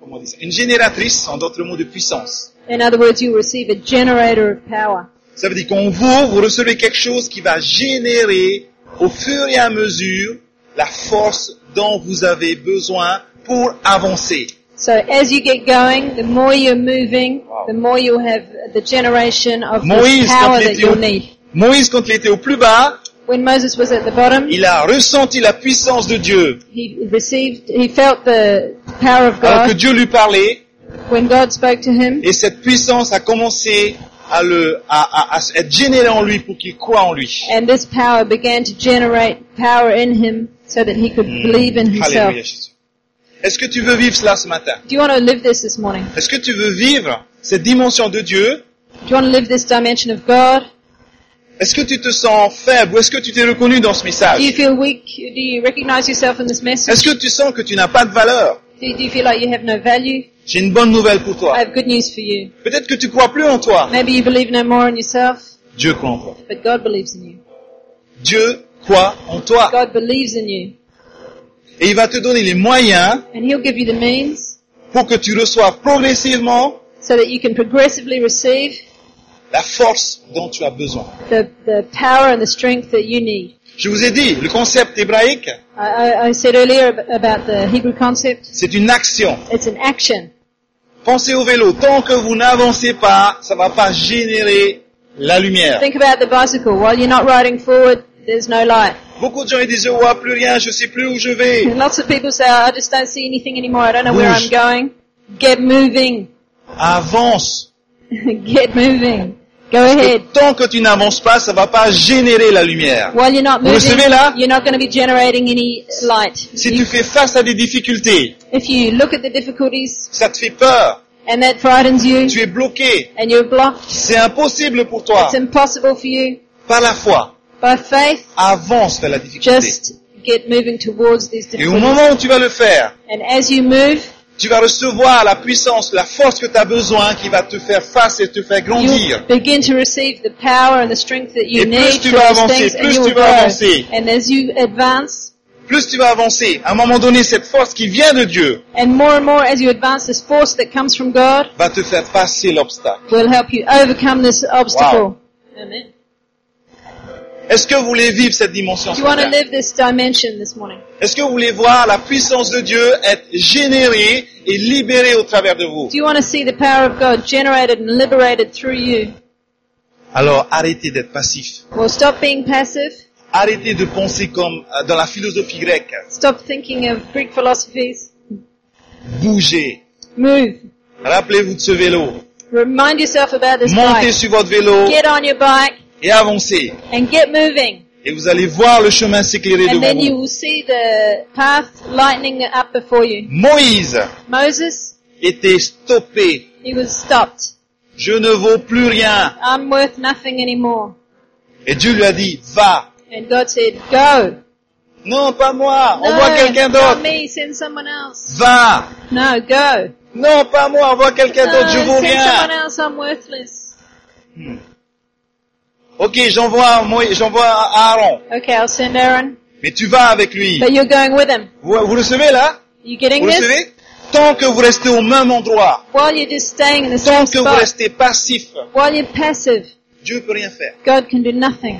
[SPEAKER 3] comment on dit ça, une génératrice, en d'autres mots, de puissance.
[SPEAKER 4] in other words, you receive a generator of power.
[SPEAKER 3] Ça veut dire qu'en vous, vous recevez quelque chose qui va générer au fur et à mesure la force dont vous avez besoin pour avancer.
[SPEAKER 4] So as you get going, the more you're moving, the more you'll have the generation of
[SPEAKER 3] Moïse,
[SPEAKER 4] the power
[SPEAKER 3] quand il
[SPEAKER 4] that
[SPEAKER 3] était au-
[SPEAKER 4] you'll need.
[SPEAKER 3] Moïse, quand il était au plus bas,
[SPEAKER 4] When Moses was at the bottom,
[SPEAKER 3] il a ressenti la puissance de Dieu.
[SPEAKER 4] he received, he felt the power of
[SPEAKER 3] Alors que
[SPEAKER 4] God.
[SPEAKER 3] Dieu lui parlait,
[SPEAKER 4] When God spoke to him,
[SPEAKER 3] et cette puissance a commencé à le, à, à, à être générée en lui pour qu'il croit en lui.
[SPEAKER 4] and this power began to generate power in him so that he could
[SPEAKER 3] Hmm.
[SPEAKER 4] believe in himself.
[SPEAKER 3] Alléluia, Jésus. Est-ce que tu veux vivre cela ce matin?
[SPEAKER 4] Do you want to live this this morning?
[SPEAKER 3] Est-ce que tu veux vivre cette dimension de Dieu?
[SPEAKER 4] Do you want to live this dimension of God?
[SPEAKER 3] Est-ce que tu te sens faible ou est-ce que tu t'es reconnu dans ce
[SPEAKER 4] Do you
[SPEAKER 3] message?
[SPEAKER 4] feel weak? Do you recognize yourself in this
[SPEAKER 3] Est-ce
[SPEAKER 4] message?
[SPEAKER 3] que tu sens que tu n'as pas de valeur?
[SPEAKER 4] Do do you feel like you have no value?
[SPEAKER 3] J'ai une bonne nouvelle pour toi.
[SPEAKER 4] I have good news for you.
[SPEAKER 3] Peut-être que tu crois plus en toi.
[SPEAKER 4] Maybe you believe no more in yourself,
[SPEAKER 3] Dieu croit en toi.
[SPEAKER 4] but God believes in you.
[SPEAKER 3] Dieu croit en toi.
[SPEAKER 4] God believes in you.
[SPEAKER 3] Et il va te donner les moyens
[SPEAKER 4] And He'll give you the means
[SPEAKER 3] pour que tu reçoives progressivement
[SPEAKER 4] so that you can progressively receive
[SPEAKER 3] la force dont tu as besoin.
[SPEAKER 4] the, the power and the strength that you need.
[SPEAKER 3] Je vous ai dit, le concept hébraïque,
[SPEAKER 4] I, I, I said earlier ab- about the Hebrew concept.
[SPEAKER 3] c'est une action.
[SPEAKER 4] It's an action.
[SPEAKER 3] Pensez au vélo. Tant que vous n'avancez pas, ça va pas générer la lumière.
[SPEAKER 4] Think about the bicycle. While you're not riding forward, there's no light.
[SPEAKER 3] Beaucoup de gens ils disent, ouais, plus rien, je sais plus où je vais.
[SPEAKER 4] And lots of people say, "Oh, I just don't see anything anymore. I don't know where
[SPEAKER 3] Bouge.
[SPEAKER 4] I'm going. Get moving.
[SPEAKER 3] Avance.
[SPEAKER 4] Get moving. Go
[SPEAKER 3] Et
[SPEAKER 4] ahead.
[SPEAKER 3] tant que tu n'avances pas, ça va pas générer la lumière.
[SPEAKER 4] While you're not
[SPEAKER 3] Vous
[SPEAKER 4] moving,
[SPEAKER 3] recevez là?
[SPEAKER 4] you're not going to be generating any light.
[SPEAKER 3] Si tu fais face à des difficultés,
[SPEAKER 4] If you look at the difficulties
[SPEAKER 3] ça te fait peur,
[SPEAKER 4] and that frightens you
[SPEAKER 3] tu es bloqué,
[SPEAKER 4] and you're blocked,
[SPEAKER 3] c'est impossible pour toi.
[SPEAKER 4] it's impossible for you.
[SPEAKER 3] Par la foi,
[SPEAKER 4] By faith,
[SPEAKER 3] avance vers la difficulté.
[SPEAKER 4] just get moving towards these
[SPEAKER 3] Et au
[SPEAKER 4] difficulties.
[SPEAKER 3] moment où tu vas le faire,
[SPEAKER 4] And as you move,
[SPEAKER 3] tu vas recevoir la puissance, la force que tu as besoin qui va te faire face et te faire
[SPEAKER 4] you
[SPEAKER 3] grandir.
[SPEAKER 4] begin to receive the power and the strength that you
[SPEAKER 3] Et plus
[SPEAKER 4] need
[SPEAKER 3] tu
[SPEAKER 4] for
[SPEAKER 3] vas
[SPEAKER 4] these
[SPEAKER 3] avancer,
[SPEAKER 4] things, and
[SPEAKER 3] plus
[SPEAKER 4] you will
[SPEAKER 3] tu vas
[SPEAKER 4] grow.
[SPEAKER 3] avancer.
[SPEAKER 4] And as you advance,
[SPEAKER 3] Plus tu vas avancer, à un moment donné, cette force qui vient de Dieu
[SPEAKER 4] And more and more as you advance, this force that comes from God
[SPEAKER 3] va te faire passer l'obstacle.
[SPEAKER 4] will help you overcome this obstacle. Amen.
[SPEAKER 3] Est-ce que vous voulez vivre cette dimension
[SPEAKER 4] Do
[SPEAKER 3] ce
[SPEAKER 4] you want to
[SPEAKER 3] matin
[SPEAKER 4] live this dimension this morning?
[SPEAKER 3] Est-ce que vous voulez voir la puissance de Dieu être générée et libérée au travers de vous
[SPEAKER 4] Do you want to see the power of God generated and liberated through you?
[SPEAKER 3] Alors arrêtez d'être passif.
[SPEAKER 4] Well, stop being passive.
[SPEAKER 3] Arrêtez de penser comme euh, dans la philosophie grecque.
[SPEAKER 4] Stop thinking of Greek philosophies.
[SPEAKER 3] Bougez.
[SPEAKER 4] Move.
[SPEAKER 3] Rappelez-vous de ce vélo.
[SPEAKER 4] Remind yourself about this
[SPEAKER 3] Montez
[SPEAKER 4] bike.
[SPEAKER 3] sur votre vélo
[SPEAKER 4] Get on your bike
[SPEAKER 3] et avancez.
[SPEAKER 4] and get moving.
[SPEAKER 3] Et vous allez voir le chemin s'éclairer
[SPEAKER 4] And
[SPEAKER 3] devant
[SPEAKER 4] then you
[SPEAKER 3] vous.
[SPEAKER 4] will see the path lightening up before you.
[SPEAKER 3] Moïse
[SPEAKER 4] Moses,
[SPEAKER 3] était stoppé.
[SPEAKER 4] he was stopped.
[SPEAKER 3] Je ne vaux plus rien.
[SPEAKER 4] I'm worth nothing anymore.
[SPEAKER 3] Et Dieu lui a dit, va.
[SPEAKER 4] And God said, go.
[SPEAKER 3] Non, pas moi. On
[SPEAKER 4] no,
[SPEAKER 3] voit quelqu'un
[SPEAKER 4] not
[SPEAKER 3] d'autre.
[SPEAKER 4] me, send someone else.
[SPEAKER 3] Va.
[SPEAKER 4] No, go.
[SPEAKER 3] Non, pas moi. On voit quelqu'un
[SPEAKER 4] No,
[SPEAKER 3] d'autre. Je vaux
[SPEAKER 4] send someone
[SPEAKER 3] rien.
[SPEAKER 4] else, I'm worthless.
[SPEAKER 3] Ok, j'envoie Moïse, j'envoie Aaron.
[SPEAKER 4] Okay, I'll send Aaron.
[SPEAKER 3] Mais tu vas avec lui.
[SPEAKER 4] But you're going with him.
[SPEAKER 3] Vous, vous recevez là?
[SPEAKER 4] You getting
[SPEAKER 3] Vous
[SPEAKER 4] this?
[SPEAKER 3] recevez? Tant que vous restez au même endroit,
[SPEAKER 4] While you're just staying in the
[SPEAKER 3] tant
[SPEAKER 4] same
[SPEAKER 3] que vous
[SPEAKER 4] spot,
[SPEAKER 3] restez passif,
[SPEAKER 4] while you're passive,
[SPEAKER 3] Dieu peut rien faire.
[SPEAKER 4] God can do nothing.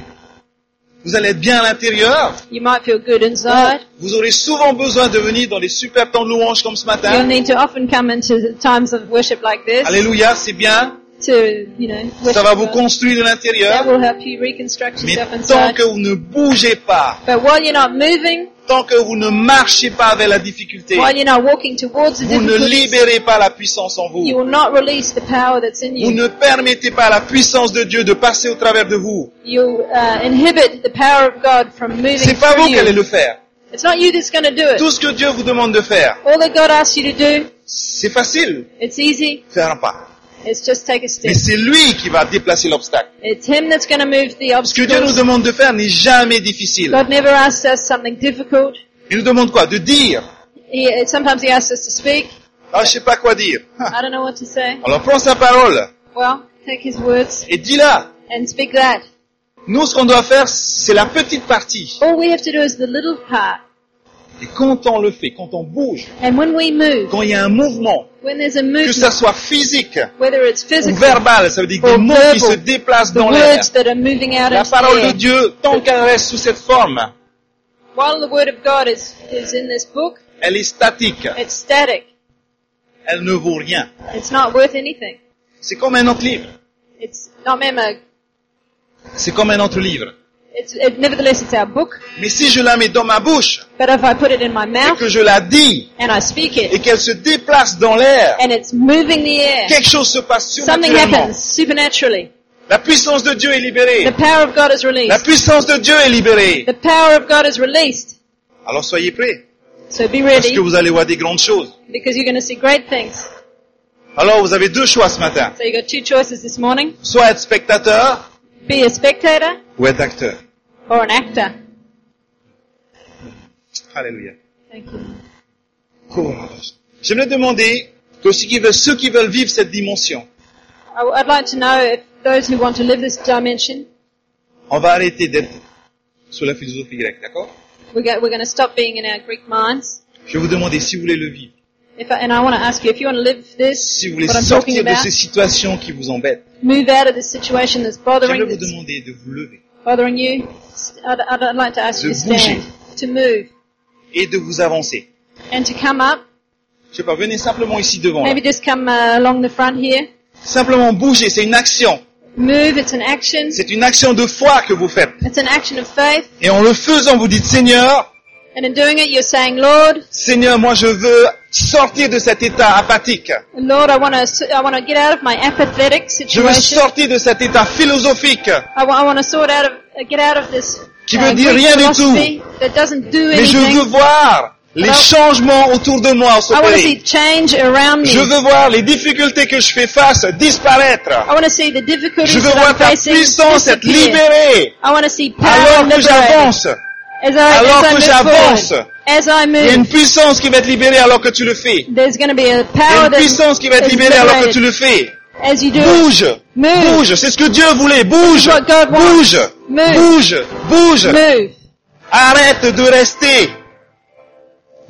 [SPEAKER 3] Vous allez être bien à l'intérieur.
[SPEAKER 4] You might feel good inside.
[SPEAKER 3] Vous aurez souvent besoin de venir dans les super temps de louange comme ce
[SPEAKER 4] You'll
[SPEAKER 3] matin.
[SPEAKER 4] need to often come into times of worship like this.
[SPEAKER 3] Alléluia, c'est bien.
[SPEAKER 4] to, you know,
[SPEAKER 3] Ça va
[SPEAKER 4] worship
[SPEAKER 3] vous
[SPEAKER 4] God.
[SPEAKER 3] construire de
[SPEAKER 4] That
[SPEAKER 3] l'intérieur.
[SPEAKER 4] will help you reconstruct
[SPEAKER 3] Mais
[SPEAKER 4] yourself
[SPEAKER 3] tant
[SPEAKER 4] inside.
[SPEAKER 3] que vous ne bougez pas,
[SPEAKER 4] But while you're not moving,
[SPEAKER 3] tant que vous ne marchez pas vers la difficulté,
[SPEAKER 4] while you're not walking towards the
[SPEAKER 3] vous ne
[SPEAKER 4] difficulties,
[SPEAKER 3] libérez pas la puissance en
[SPEAKER 4] you
[SPEAKER 3] vous.
[SPEAKER 4] will not release the power that's in
[SPEAKER 3] Vous
[SPEAKER 4] you.
[SPEAKER 3] ne permettez pas à la puissance de Dieu de passer au travers de vous.
[SPEAKER 4] You uh, inhibit the power of God from moving
[SPEAKER 3] C'est pas
[SPEAKER 4] through
[SPEAKER 3] vous qui allez
[SPEAKER 4] you.
[SPEAKER 3] le faire.
[SPEAKER 4] It's not you that's going to do it.
[SPEAKER 3] Tout ce que Dieu vous demande de faire,
[SPEAKER 4] All that God asks you to do,
[SPEAKER 3] c'est facile.
[SPEAKER 4] it's easy.
[SPEAKER 3] Faire un pas.
[SPEAKER 4] It's just take a
[SPEAKER 3] Mais
[SPEAKER 4] step.
[SPEAKER 3] c'est lui qui va déplacer l'obstacle.
[SPEAKER 4] It's Him that's going to move the
[SPEAKER 3] Ce que Dieu nous
[SPEAKER 4] obstacles.
[SPEAKER 3] demande de faire n'est jamais difficile.
[SPEAKER 4] God never asks us something difficult.
[SPEAKER 3] Il nous demande quoi De dire.
[SPEAKER 4] He, uh, sometimes He asks us to speak.
[SPEAKER 3] Ah, je sais pas quoi dire. Ah.
[SPEAKER 4] I don't know what to say.
[SPEAKER 3] Alors prends sa parole
[SPEAKER 4] Well, take His words
[SPEAKER 3] et dis-la.
[SPEAKER 4] and speak that.
[SPEAKER 3] Nous, ce qu'on doit faire, c'est la petite partie.
[SPEAKER 4] All we have to do is the little part.
[SPEAKER 3] Et quand on le fait, quand on bouge,
[SPEAKER 4] And when we move,
[SPEAKER 3] quand il y a un mouvement,
[SPEAKER 4] when there's a
[SPEAKER 3] que ça
[SPEAKER 4] movement,
[SPEAKER 3] soit physique
[SPEAKER 4] whether it's
[SPEAKER 3] ou
[SPEAKER 4] physical,
[SPEAKER 3] verbal, ça veut dire des
[SPEAKER 4] Au
[SPEAKER 3] mots qui se
[SPEAKER 4] verbal.
[SPEAKER 3] déplacent
[SPEAKER 4] the
[SPEAKER 3] dans l'air.
[SPEAKER 4] words that are moving out
[SPEAKER 3] La
[SPEAKER 4] into
[SPEAKER 3] parole
[SPEAKER 4] the
[SPEAKER 3] de
[SPEAKER 4] air,
[SPEAKER 3] Dieu, tant qu'elle reste sous cette forme,
[SPEAKER 4] while the Word of God is, is in this book,
[SPEAKER 3] elle est statique.
[SPEAKER 4] it's static.
[SPEAKER 3] Elle ne vaut rien.
[SPEAKER 4] It's not worth anything.
[SPEAKER 3] C'est comme un autre livre.
[SPEAKER 4] It's not memo.
[SPEAKER 3] C'est comme un autre livre.
[SPEAKER 4] It's, it, nevertheless, it's our book.
[SPEAKER 3] Mais si je la mets dans ma bouche
[SPEAKER 4] But if I put it in my
[SPEAKER 3] et
[SPEAKER 4] mouth
[SPEAKER 3] que je la dis
[SPEAKER 4] and I speak
[SPEAKER 3] et
[SPEAKER 4] it,
[SPEAKER 3] qu'elle se déplace dans l'air,
[SPEAKER 4] and it's moving the air,
[SPEAKER 3] quelque chose se passe
[SPEAKER 4] something
[SPEAKER 3] surnaturellement.
[SPEAKER 4] happens supernaturally.
[SPEAKER 3] La puissance de Dieu est
[SPEAKER 4] The
[SPEAKER 3] libérée.
[SPEAKER 4] power of God is
[SPEAKER 3] La
[SPEAKER 4] released.
[SPEAKER 3] puissance de Dieu est libérée.
[SPEAKER 4] The power of God is released.
[SPEAKER 3] Alors soyez prêts,
[SPEAKER 4] So be
[SPEAKER 3] parce
[SPEAKER 4] ready
[SPEAKER 3] que vous allez voir des grandes choses.
[SPEAKER 4] because you're going to see great things.
[SPEAKER 3] Alors vous avez deux choix ce matin.
[SPEAKER 4] So you got two choices this morning:
[SPEAKER 3] Soit être spectateur
[SPEAKER 4] be a spectator
[SPEAKER 3] ou être acteur.
[SPEAKER 4] or an actor.
[SPEAKER 3] Alléluia.
[SPEAKER 4] Thank you.
[SPEAKER 3] Courage. J'aimerais demander que ceux qui veulent, ceux qui veulent vivre cette dimension,
[SPEAKER 4] I, would like to know if those who want to live this dimension,
[SPEAKER 3] on va arrêter d'être sous la philosophie grecque, d'accord
[SPEAKER 4] we're, go, we're going to stop being in our Greek minds.
[SPEAKER 3] Je vais vous demander si vous voulez le vivre,
[SPEAKER 4] If I, and I want to ask you if you want to live this,
[SPEAKER 3] si vous voulez
[SPEAKER 4] what I'm talking
[SPEAKER 3] sortir de
[SPEAKER 4] about,
[SPEAKER 3] ces situations qui vous embêtent.
[SPEAKER 4] move out of this situation that's
[SPEAKER 3] J'aimerais
[SPEAKER 4] bothering
[SPEAKER 3] vous
[SPEAKER 4] that's
[SPEAKER 3] demander de vous lever
[SPEAKER 4] bothering you. st- I'd, I'd, I'd like to ask you
[SPEAKER 3] De
[SPEAKER 4] to stand, to move,
[SPEAKER 3] et de vous avancer.
[SPEAKER 4] and to come up.
[SPEAKER 3] Je sais pas, venez simplement ici devant. là.
[SPEAKER 4] Maybe just come uh, along the front here.
[SPEAKER 3] Simplement bouger, c'est une action.
[SPEAKER 4] Move. It's an action.
[SPEAKER 3] C'est une action de foi que vous faites.
[SPEAKER 4] It's an action of faith.
[SPEAKER 3] Et en le faisant, vous dites, Seigneur,
[SPEAKER 4] And in doing it, you're saying, Lord,
[SPEAKER 3] Seigneur, moi je veux sortir de cet état apathique.
[SPEAKER 4] Lord, I want to, I want to get out of my apathetic
[SPEAKER 3] Je veux
[SPEAKER 4] situation.
[SPEAKER 3] sortir de cet état philosophique.
[SPEAKER 4] I, want to sort out of, uh, get out of this.
[SPEAKER 3] Qui veut dire
[SPEAKER 4] Greek
[SPEAKER 3] rien du
[SPEAKER 4] philosophy That doesn't do
[SPEAKER 3] Mais je veux
[SPEAKER 4] anything.
[SPEAKER 3] voir les
[SPEAKER 4] Alors-
[SPEAKER 3] changements autour de moi
[SPEAKER 4] I want to see
[SPEAKER 3] s'opérer.
[SPEAKER 4] change around me.
[SPEAKER 3] Je veux voir les difficultés que je fais face disparaître.
[SPEAKER 4] I want to see the difficulties
[SPEAKER 3] Je veux
[SPEAKER 4] that
[SPEAKER 3] voir
[SPEAKER 4] I'm
[SPEAKER 3] ta
[SPEAKER 4] facing
[SPEAKER 3] puissance être
[SPEAKER 4] disappear.
[SPEAKER 3] libérée.
[SPEAKER 4] I want to see power
[SPEAKER 3] Alors que
[SPEAKER 4] liberated.
[SPEAKER 3] j'avance,
[SPEAKER 4] As I,
[SPEAKER 3] Alors que
[SPEAKER 4] as I move
[SPEAKER 3] j'avance.
[SPEAKER 4] forward, as I
[SPEAKER 3] il y a une
[SPEAKER 4] move,
[SPEAKER 3] puissance qui va être libérée alors que tu le fais.
[SPEAKER 4] there's going to be a
[SPEAKER 3] Il y a
[SPEAKER 4] power
[SPEAKER 3] une puissance
[SPEAKER 4] that's
[SPEAKER 3] qui va être
[SPEAKER 4] is
[SPEAKER 3] libérée alors que
[SPEAKER 4] liberated.
[SPEAKER 3] tu le fais.
[SPEAKER 4] As you do it.
[SPEAKER 3] Bouge,
[SPEAKER 4] Move.
[SPEAKER 3] bouge, c'est ce que Dieu voulait. Bouge,
[SPEAKER 4] what God wants.
[SPEAKER 3] bouge,
[SPEAKER 4] Move.
[SPEAKER 3] bouge, bouge.
[SPEAKER 4] Move.
[SPEAKER 3] Arrête de rester.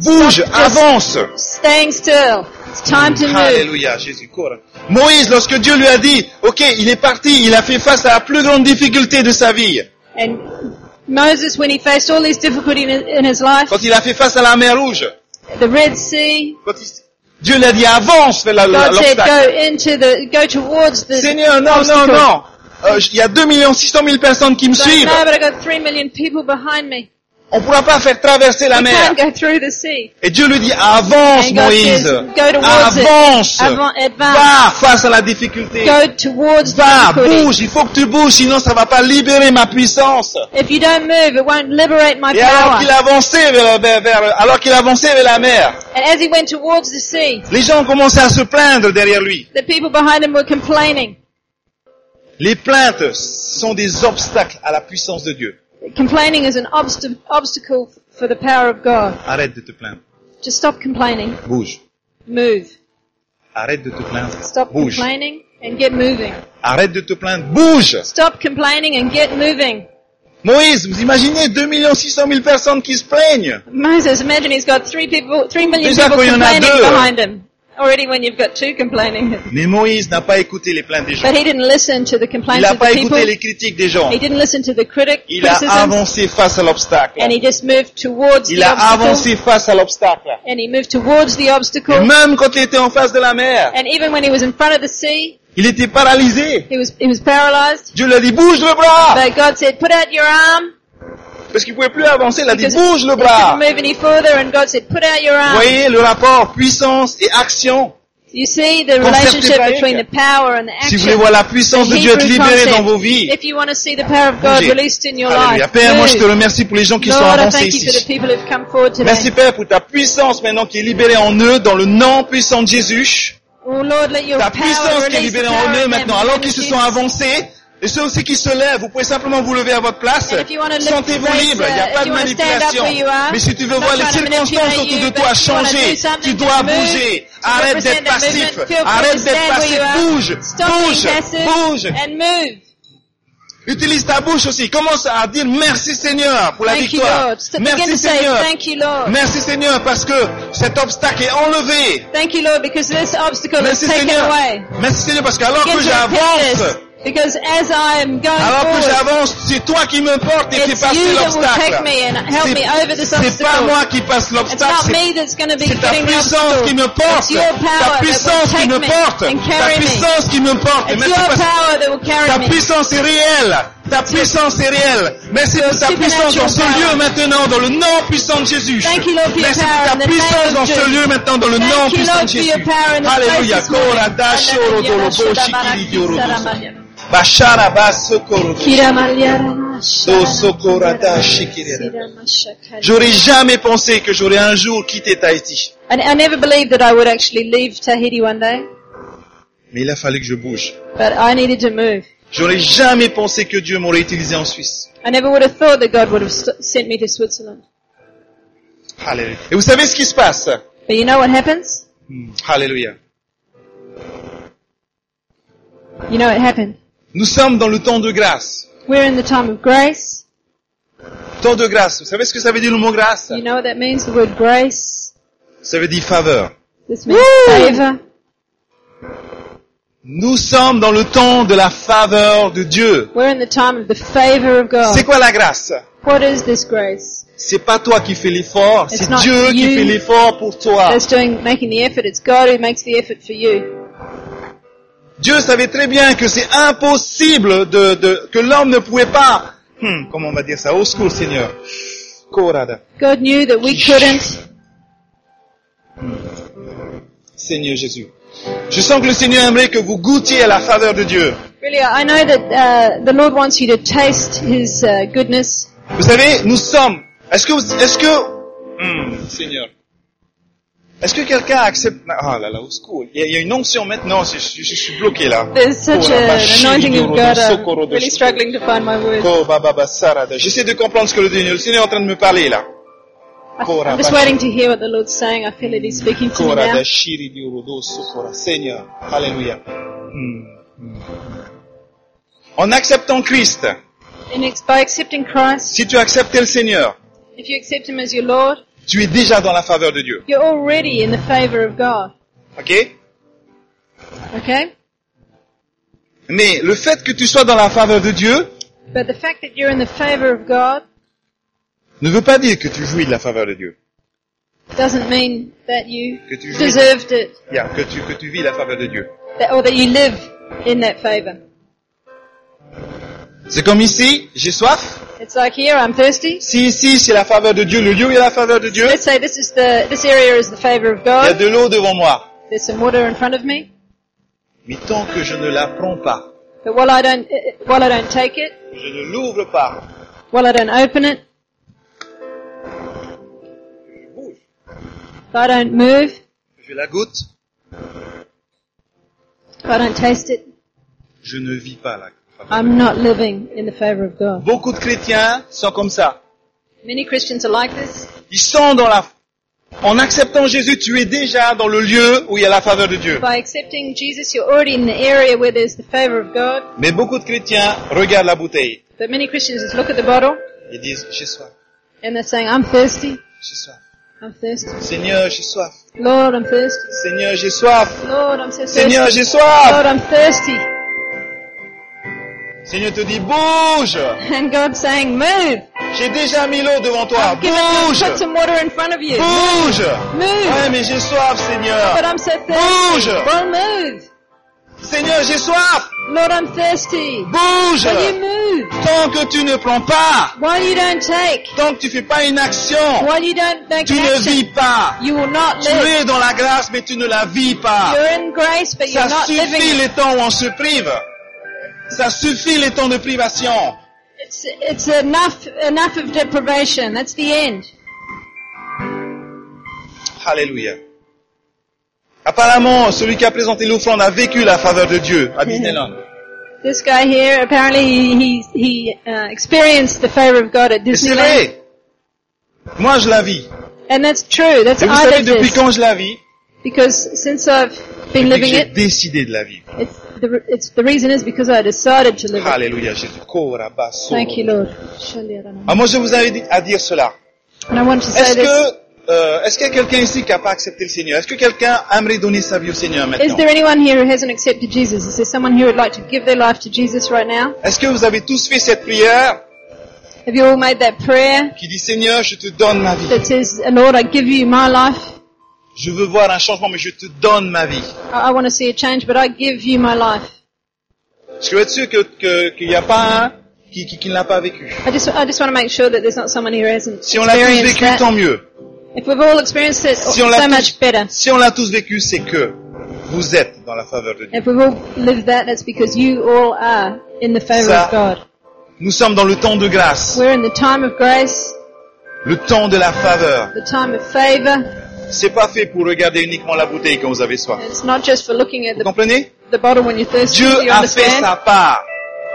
[SPEAKER 3] Bouge,
[SPEAKER 4] Stop just-
[SPEAKER 3] avance.
[SPEAKER 4] Staying still. It's time to move.
[SPEAKER 3] Alléluia, Jésus, cours. Moïse, lorsque Dieu lui a dit, ok, il est parti, il a fait face à la plus grande difficulté de sa vie.
[SPEAKER 4] And Moses, when he faced all these difficulty in, in his life,
[SPEAKER 3] Quand il a fait face à la mer rouge,
[SPEAKER 4] the Red Sea,
[SPEAKER 3] quand il- Dieu lui a dit, avance vers la- la-
[SPEAKER 4] God said,
[SPEAKER 3] l'obstacle.
[SPEAKER 4] "Go into the, go towards the."
[SPEAKER 3] Seigneur, non, non,
[SPEAKER 4] obstacle."
[SPEAKER 3] non. Euh, j- Il y a 2 600 000 personnes qui me
[SPEAKER 4] He's like,
[SPEAKER 3] suivent.
[SPEAKER 4] no, but I got three million people behind me.
[SPEAKER 3] On ne pourra pas faire traverser la
[SPEAKER 4] we
[SPEAKER 3] mer.
[SPEAKER 4] can't go through the sea.
[SPEAKER 3] Et Dieu lui dit, avance
[SPEAKER 4] And God
[SPEAKER 3] Moïse,
[SPEAKER 4] says, go towards it.
[SPEAKER 3] avance,
[SPEAKER 4] Avan- advance.
[SPEAKER 3] va face à la difficulté,
[SPEAKER 4] Go towards
[SPEAKER 3] va,
[SPEAKER 4] the difficulty.
[SPEAKER 3] bouge, il faut que tu bouges, sinon ça va pas libérer ma puissance.
[SPEAKER 4] If you don't move, it won't liberate my
[SPEAKER 3] Et alors qu'il
[SPEAKER 4] power.
[SPEAKER 3] avançait vers, vers- vers- alors qu'il avançait vers la mer,
[SPEAKER 4] And as he went towards the sea,
[SPEAKER 3] les gens commençaient à se plaindre derrière lui.
[SPEAKER 4] the people behind him were complaining.
[SPEAKER 3] Les plaintes sont des obstacles à la puissance de Dieu.
[SPEAKER 4] Complaining is an obst- obstacle for the power of God.
[SPEAKER 3] Arrête de te plaindre,
[SPEAKER 4] Just stop complaining.
[SPEAKER 3] bouge.
[SPEAKER 4] Move.
[SPEAKER 3] Arrête de te plaindre,
[SPEAKER 4] Stop
[SPEAKER 3] bouge.
[SPEAKER 4] complaining and get moving.
[SPEAKER 3] Arrête de te plaindre, bouge.
[SPEAKER 4] Stop complaining and get moving.
[SPEAKER 3] Moïse, vous imaginez 2 600 000 personnes qui se plaignent.
[SPEAKER 4] Moses, imagine he's got three people, three million
[SPEAKER 3] Déjà
[SPEAKER 4] people
[SPEAKER 3] qu'il y en a
[SPEAKER 4] complaining
[SPEAKER 3] deux.
[SPEAKER 4] behind him. Already when you've got two complaining.
[SPEAKER 3] Mais Moïse n'a pas écouté les plaintes des gens.
[SPEAKER 4] But he didn't listen to the
[SPEAKER 3] Il
[SPEAKER 4] complaints
[SPEAKER 3] n'a
[SPEAKER 4] of the
[SPEAKER 3] pas
[SPEAKER 4] people.
[SPEAKER 3] écouté les critiques des gens.
[SPEAKER 4] He didn't listen to the critic
[SPEAKER 3] Il a
[SPEAKER 4] criticism,
[SPEAKER 3] avancé face à l'obstacle.
[SPEAKER 4] and he just moved towards
[SPEAKER 3] Il
[SPEAKER 4] the
[SPEAKER 3] a
[SPEAKER 4] obstacle.
[SPEAKER 3] avancé face à l'obstacle.
[SPEAKER 4] And he moved towards the
[SPEAKER 3] Et
[SPEAKER 4] obstacle.
[SPEAKER 3] même quand il était en face de la mer,
[SPEAKER 4] And even when he was in front of the sea,
[SPEAKER 3] Il était paralysé.
[SPEAKER 4] He was, he was paralyzed,
[SPEAKER 3] Dieu lui a dit, bouge le bras.
[SPEAKER 4] but God said, put out your arm.
[SPEAKER 3] Parce qu'il pouvait plus avancer. Il a dit,
[SPEAKER 4] Because
[SPEAKER 3] bouge le
[SPEAKER 4] he couldn't
[SPEAKER 3] bras.
[SPEAKER 4] move any further, and God said, put out your
[SPEAKER 3] Vous
[SPEAKER 4] arm.
[SPEAKER 3] voyez le rapport puissance et action.
[SPEAKER 4] You see the
[SPEAKER 3] Concept
[SPEAKER 4] relationship
[SPEAKER 3] hébraïque.
[SPEAKER 4] between the power and the
[SPEAKER 3] Si
[SPEAKER 4] action.
[SPEAKER 3] vous voulez voir la puissance
[SPEAKER 4] The
[SPEAKER 3] de Dieu être
[SPEAKER 4] Hebrew
[SPEAKER 3] libérée
[SPEAKER 4] concept.
[SPEAKER 3] dans vos vies.
[SPEAKER 4] If you want to see the power of God
[SPEAKER 3] Bougez.
[SPEAKER 4] released in your
[SPEAKER 3] Alléluia.
[SPEAKER 4] life,
[SPEAKER 3] Père, moi je te
[SPEAKER 4] move.
[SPEAKER 3] remercie pour les gens qui sont
[SPEAKER 4] Lord, I
[SPEAKER 3] avancés
[SPEAKER 4] thank you for the
[SPEAKER 3] ici.
[SPEAKER 4] people who've come forward today.
[SPEAKER 3] Merci Père pour ta puissance maintenant qui est libérée en eux dans le nom puissant de Jésus.
[SPEAKER 4] Oh Lord, let your
[SPEAKER 3] Ta
[SPEAKER 4] power
[SPEAKER 3] puissance qui est
[SPEAKER 4] release the
[SPEAKER 3] libérée
[SPEAKER 4] power
[SPEAKER 3] en
[SPEAKER 4] of
[SPEAKER 3] eux
[SPEAKER 4] them
[SPEAKER 3] maintenant.
[SPEAKER 4] in the
[SPEAKER 3] Alors
[SPEAKER 4] name
[SPEAKER 3] qu'ils
[SPEAKER 4] of
[SPEAKER 3] se sont
[SPEAKER 4] Jesus.
[SPEAKER 3] avancés, et ceux aussi qui se lèvent, vous pouvez simplement vous lever à votre place.
[SPEAKER 4] And if you wanna look
[SPEAKER 3] Sentez-vous
[SPEAKER 4] straight,
[SPEAKER 3] libre, il n'y a pas
[SPEAKER 4] uh, if
[SPEAKER 3] de
[SPEAKER 4] you wanna stand up
[SPEAKER 3] manipulation.
[SPEAKER 4] where you are,
[SPEAKER 3] Mais si tu veux
[SPEAKER 4] I'm
[SPEAKER 3] voir
[SPEAKER 4] not
[SPEAKER 3] les
[SPEAKER 4] trying to manipulate
[SPEAKER 3] circonstances
[SPEAKER 4] you,
[SPEAKER 3] autour de
[SPEAKER 4] but
[SPEAKER 3] toi
[SPEAKER 4] if you wanna
[SPEAKER 3] changer,
[SPEAKER 4] do something,
[SPEAKER 3] tu
[SPEAKER 4] just
[SPEAKER 3] dois
[SPEAKER 4] move.
[SPEAKER 3] bouger.
[SPEAKER 4] To
[SPEAKER 3] Arrête
[SPEAKER 4] represent
[SPEAKER 3] d'être
[SPEAKER 4] the
[SPEAKER 3] passif.
[SPEAKER 4] movement, feel free
[SPEAKER 3] Arrête
[SPEAKER 4] to
[SPEAKER 3] d'être
[SPEAKER 4] stand
[SPEAKER 3] passif.
[SPEAKER 4] where you are.
[SPEAKER 3] Bouge,
[SPEAKER 4] Stop being passive
[SPEAKER 3] bouge, bouge.
[SPEAKER 4] and move.
[SPEAKER 3] Utilise ta bouche aussi. Commence à dire merci Seigneur pour la
[SPEAKER 4] Thank you,
[SPEAKER 3] victoire.
[SPEAKER 4] Lord. St- begin
[SPEAKER 3] Merci
[SPEAKER 4] to say,
[SPEAKER 3] Seigneur.
[SPEAKER 4] thank you, Lord.
[SPEAKER 3] Merci Seigneur parce que cet obstacle est enlevé.
[SPEAKER 4] Thank you, Lord, because this obstacle
[SPEAKER 3] Merci
[SPEAKER 4] is taken
[SPEAKER 3] Seigneur.
[SPEAKER 4] away.
[SPEAKER 3] Merci Seigneur parce qu'alors
[SPEAKER 4] Begin
[SPEAKER 3] que
[SPEAKER 4] to repeat
[SPEAKER 3] j'avance,
[SPEAKER 4] this, because as I am going
[SPEAKER 3] alors que
[SPEAKER 4] forward,
[SPEAKER 3] j'avance, c'est toi qui me portes et qui
[SPEAKER 4] it's
[SPEAKER 3] passes
[SPEAKER 4] you that will take me
[SPEAKER 3] l'obstacle.
[SPEAKER 4] and help
[SPEAKER 3] C'est-
[SPEAKER 4] me over this
[SPEAKER 3] C'est pas
[SPEAKER 4] obstacle.
[SPEAKER 3] moi qui passe
[SPEAKER 4] It's
[SPEAKER 3] l'obstacle,
[SPEAKER 4] not
[SPEAKER 3] c'est
[SPEAKER 4] me that's going to be
[SPEAKER 3] C'est ta
[SPEAKER 4] getting the
[SPEAKER 3] puissance
[SPEAKER 4] obstacle.
[SPEAKER 3] qui me
[SPEAKER 4] It's
[SPEAKER 3] porte.
[SPEAKER 4] your power
[SPEAKER 3] Ta
[SPEAKER 4] that
[SPEAKER 3] puissance
[SPEAKER 4] will
[SPEAKER 3] qui
[SPEAKER 4] take
[SPEAKER 3] me
[SPEAKER 4] me
[SPEAKER 3] porte.
[SPEAKER 4] and
[SPEAKER 3] Ta
[SPEAKER 4] carry me.
[SPEAKER 3] puissance qui me porte. Et
[SPEAKER 4] It's
[SPEAKER 3] Merci
[SPEAKER 4] your
[SPEAKER 3] parce que
[SPEAKER 4] power that will carry
[SPEAKER 3] ta
[SPEAKER 4] me.
[SPEAKER 3] puissance est réelle. Ta puissance est réelle. Merci pour ta puissance dans ce lieu maintenant, dans le nom puissant de Jésus.
[SPEAKER 4] Thank you, Lord, for your
[SPEAKER 3] Merci
[SPEAKER 4] power
[SPEAKER 3] pour
[SPEAKER 4] in
[SPEAKER 3] ta
[SPEAKER 4] the
[SPEAKER 3] puissance
[SPEAKER 4] name
[SPEAKER 3] dans
[SPEAKER 4] of
[SPEAKER 3] ce
[SPEAKER 4] Jesus.
[SPEAKER 3] lieu maintenant, dans le
[SPEAKER 4] Thank
[SPEAKER 3] nom
[SPEAKER 4] you,
[SPEAKER 3] puissant de
[SPEAKER 4] Lord, for
[SPEAKER 3] Jésus.
[SPEAKER 4] your power in the
[SPEAKER 3] Alléluia.
[SPEAKER 4] place this morning.
[SPEAKER 3] Kora da shoro dolo bo shikiri dioro doso. Bashara ba sokoro doso. Do sokora da shikiri da. J'aurais jamais pensé que j'aurais un jour quitté Tahiti.
[SPEAKER 4] And I never believed that I would actually leave Tahiti one day,
[SPEAKER 3] Mais il a fallu que je bouge.
[SPEAKER 4] but I needed to move.
[SPEAKER 3] J'aurais jamais pensé que Dieu m'aurait utilisé en Suisse.
[SPEAKER 4] I never would have thought that God would have st- sent me to Switzerland.
[SPEAKER 3] Alléluia. Et vous savez ce qui se passe
[SPEAKER 4] But you know what happens?
[SPEAKER 3] Hmm. Alléluia.
[SPEAKER 4] You know it happened.
[SPEAKER 3] Nous sommes dans le temps de grâce.
[SPEAKER 4] We're in the time of grace.
[SPEAKER 3] Temps de grâce. Vous savez ce que ça veut dire le mot grâce
[SPEAKER 4] You know what that means? The word grace.
[SPEAKER 3] Ça veut dire faveur.
[SPEAKER 4] This means favor.
[SPEAKER 3] Nous sommes dans le temps de la faveur de Dieu.
[SPEAKER 4] We're in the time of the favor of God.
[SPEAKER 3] C'est quoi la grâce
[SPEAKER 4] What is this grace?
[SPEAKER 3] C'est pas toi qui fais l'effort,
[SPEAKER 4] It's
[SPEAKER 3] c'est
[SPEAKER 4] not
[SPEAKER 3] Dieu qui
[SPEAKER 4] you.
[SPEAKER 3] fait l'effort pour toi.
[SPEAKER 4] That's doing, making the effort. It's God who makes the effort for you.
[SPEAKER 3] Dieu savait très bien que c'est impossible de, de- que l'homme ne pouvait pas. Hmm, comment on va dire ça Au secours, Seigneur. Corada.
[SPEAKER 4] God knew that we couldn't.
[SPEAKER 3] Seigneur Jésus. Je sens que le Seigneur aimerait que vous goûtiez à la faveur de Dieu.
[SPEAKER 4] Really, I know that uh, the Lord wants you to taste His uh, goodness.
[SPEAKER 3] Vous savez, nous sommes. Est-ce que, vous- est-ce que, Hmm, Seigneur. Est-ce que quelqu'un accepte, ah là là, au secours. Il y a, il y a une onction maintenant, je, je- je suis bloqué là.
[SPEAKER 4] There's such
[SPEAKER 3] Kora
[SPEAKER 4] a- an
[SPEAKER 3] bashi
[SPEAKER 4] anointing of
[SPEAKER 3] doro
[SPEAKER 4] God.
[SPEAKER 3] doso
[SPEAKER 4] I'm
[SPEAKER 3] koro doso.
[SPEAKER 4] really struggling to find my words.
[SPEAKER 3] Ko ba ba ba sarada. J'essaie de comprendre ce que le, le Seigneur est en train de me parler là.
[SPEAKER 4] I- I'm just waiting to hear what the Lord's saying. I feel that He's speaking to me
[SPEAKER 3] Kora
[SPEAKER 4] now.
[SPEAKER 3] da shiri di orodo sokora. Seigneur, Alléluia. Hmm, hmm. En acceptant Christ,
[SPEAKER 4] And it's by accepting Christ,
[SPEAKER 3] si tu acceptais le Seigneur,
[SPEAKER 4] if you accept Him as your Lord,
[SPEAKER 3] tu es déjà dans la faveur de Dieu.
[SPEAKER 4] you're already in the favor of God.
[SPEAKER 3] Ok
[SPEAKER 4] Okay?
[SPEAKER 3] Mais le fait que tu sois dans la faveur de Dieu
[SPEAKER 4] But the fact that you're in the favor of God
[SPEAKER 3] ne veut pas dire que tu jouis de la faveur de Dieu,
[SPEAKER 4] doesn't mean that you
[SPEAKER 3] Que tu jouis.
[SPEAKER 4] deserved it
[SPEAKER 3] Yeah, que tu, que tu vis la faveur de Dieu.
[SPEAKER 4] that- or that you live in that favor.
[SPEAKER 3] C'est comme ici, j'ai soif.
[SPEAKER 4] It's like here, I'm thirsty.
[SPEAKER 3] Si ici c'est la faveur de Dieu, le lieu est la faveur de Dieu,
[SPEAKER 4] Let's say this is the this area is the favor of
[SPEAKER 3] il y a
[SPEAKER 4] God.
[SPEAKER 3] de l'eau devant moi.
[SPEAKER 4] There's some water in front of me,
[SPEAKER 3] Mais tant que je ne la prends pas,
[SPEAKER 4] but while I don't eh, eh, while I don't take it,
[SPEAKER 3] que je ne l'ouvre pas,
[SPEAKER 4] while I don't open it,
[SPEAKER 3] que je bouge,
[SPEAKER 4] if I don't move,
[SPEAKER 3] que je la goûte,
[SPEAKER 4] if I don't taste it,
[SPEAKER 3] je ne vis pas la faveur.
[SPEAKER 4] I'm not living in the favor of God.
[SPEAKER 3] Beaucoup de chrétiens sont comme ça.
[SPEAKER 4] Many Christians are like this.
[SPEAKER 3] Ils sont dans la... En acceptant Jésus, tu es déjà dans le lieu où il y a la faveur de Dieu.
[SPEAKER 4] By accepting Jesus, you're already in the area where there's the favor of God.
[SPEAKER 3] Mais beaucoup de chrétiens regardent la bouteille
[SPEAKER 4] But many Christians just look at the bottle
[SPEAKER 3] et disent, j'ai soif,
[SPEAKER 4] and they're saying, "I'm thirsty.
[SPEAKER 3] j'ai soif.
[SPEAKER 4] I'm thirsty.
[SPEAKER 3] Seigneur, j'ai soif.
[SPEAKER 4] Lord, I'm thirsty.
[SPEAKER 3] Seigneur, j'ai soif.
[SPEAKER 4] Lord, I'm so thirsty.
[SPEAKER 3] Seigneur, j'ai
[SPEAKER 4] Lord,
[SPEAKER 3] soif.
[SPEAKER 4] I'm thirsty."
[SPEAKER 3] Seigneur te dit, bouge.
[SPEAKER 4] And God's saying, "Move.
[SPEAKER 3] J'ai déjà mis l'eau devant toi.
[SPEAKER 4] Give it.
[SPEAKER 3] Bouge.
[SPEAKER 4] Put some water in front of you.
[SPEAKER 3] Bouge.
[SPEAKER 4] Move.
[SPEAKER 3] Ouais, mais j'ai soif, Seigneur.
[SPEAKER 4] But I'm so thirsty.
[SPEAKER 3] Bouge.
[SPEAKER 4] Well, move.
[SPEAKER 3] Seigneur, j'ai soif.
[SPEAKER 4] Lord, I'm thirsty.
[SPEAKER 3] Bouge.
[SPEAKER 4] Will you move?
[SPEAKER 3] Tant que tu ne prends pas,
[SPEAKER 4] While you don't take,
[SPEAKER 3] tant que tu fais pas une action,
[SPEAKER 4] while you don't make
[SPEAKER 3] tu ne
[SPEAKER 4] action,
[SPEAKER 3] vis pas.
[SPEAKER 4] you will not
[SPEAKER 3] Tu
[SPEAKER 4] live.
[SPEAKER 3] es dans la grâce, mais tu ne la vis pas.
[SPEAKER 4] You're in grace, but you're
[SPEAKER 3] Ça
[SPEAKER 4] not living
[SPEAKER 3] suffit
[SPEAKER 4] it.
[SPEAKER 3] les temps où on se prive. Ça suffit les temps de privation.
[SPEAKER 4] It's, it's enough, enough of deprivation. That's the end.
[SPEAKER 3] Alléluia. Apparemment, celui qui a présenté l'offrande a vécu la faveur de Dieu à Disneyland.
[SPEAKER 4] This guy here, apparently he, he, he uh, experienced the favor of God at
[SPEAKER 3] Et c'est
[SPEAKER 4] Disneyland.
[SPEAKER 3] vrai. Moi, je la vis.
[SPEAKER 4] And that's true. That's
[SPEAKER 3] Et vous
[SPEAKER 4] I
[SPEAKER 3] savez
[SPEAKER 4] live
[SPEAKER 3] depuis
[SPEAKER 4] this.
[SPEAKER 3] quand je la vis
[SPEAKER 4] Because since I've been
[SPEAKER 3] Depuis que
[SPEAKER 4] living
[SPEAKER 3] j'ai
[SPEAKER 4] it,
[SPEAKER 3] décidé de la vivre.
[SPEAKER 4] it's the, re- it's the reason is because I decided to live it.
[SPEAKER 3] Alléluia. Jésus. Korabasso.
[SPEAKER 4] Thank you, Lord.
[SPEAKER 3] Ah, moi, je vous invite à dire cela.
[SPEAKER 4] And I want to say
[SPEAKER 3] Est-ce
[SPEAKER 4] this.
[SPEAKER 3] que euh, est-ce qu'il y a quelqu'un ici qui n'a pas accepté le Seigneur Est-ce que quelqu'un aimerait donner sa vie au Seigneur
[SPEAKER 4] Is
[SPEAKER 3] maintenant
[SPEAKER 4] there anyone here who hasn't accepted Jesus? Is there someone here who'd like to give their life to Jesus right now?
[SPEAKER 3] Est-ce que vous avez tous fait cette prière
[SPEAKER 4] Have you all made that prayer
[SPEAKER 3] qui dit Seigneur, je te donne ma vie.
[SPEAKER 4] that says, Lord, I give you my life.
[SPEAKER 3] Je veux voir un changement, mais je te donne ma vie.
[SPEAKER 4] I, I want to see a change, but I give you my life.
[SPEAKER 3] Je veux être sûr que- que- qu'il n'y a pas un qui, qui, qui ne l'a pas vécu.
[SPEAKER 4] I just, I just want to make sure that there's not someone here who hasn't
[SPEAKER 3] Si on l'a tous
[SPEAKER 4] experienced
[SPEAKER 3] vécu,
[SPEAKER 4] that.
[SPEAKER 3] tant mieux.
[SPEAKER 4] If we've all experienced it,
[SPEAKER 3] Si on l'a
[SPEAKER 4] so
[SPEAKER 3] tous-
[SPEAKER 4] much better.
[SPEAKER 3] Si on l'a tous vécu, c'est que vous êtes dans la faveur de Dieu.
[SPEAKER 4] If we've all lived that, that's because you all are in the favor
[SPEAKER 3] Ça.
[SPEAKER 4] of God.
[SPEAKER 3] Nous sommes dans le temps de grâce,
[SPEAKER 4] We're in the time of grace,
[SPEAKER 3] le temps de la faveur.
[SPEAKER 4] the time of favor.
[SPEAKER 3] C'est pas fait pour regarder uniquement la bouteille quand vous avez soif.
[SPEAKER 4] It's not just for looking at
[SPEAKER 3] Vous
[SPEAKER 4] the,
[SPEAKER 3] comprenez
[SPEAKER 4] the bottle when you're thirsty. do
[SPEAKER 3] Dieu
[SPEAKER 4] you
[SPEAKER 3] a fait
[SPEAKER 4] understand?
[SPEAKER 3] sa part.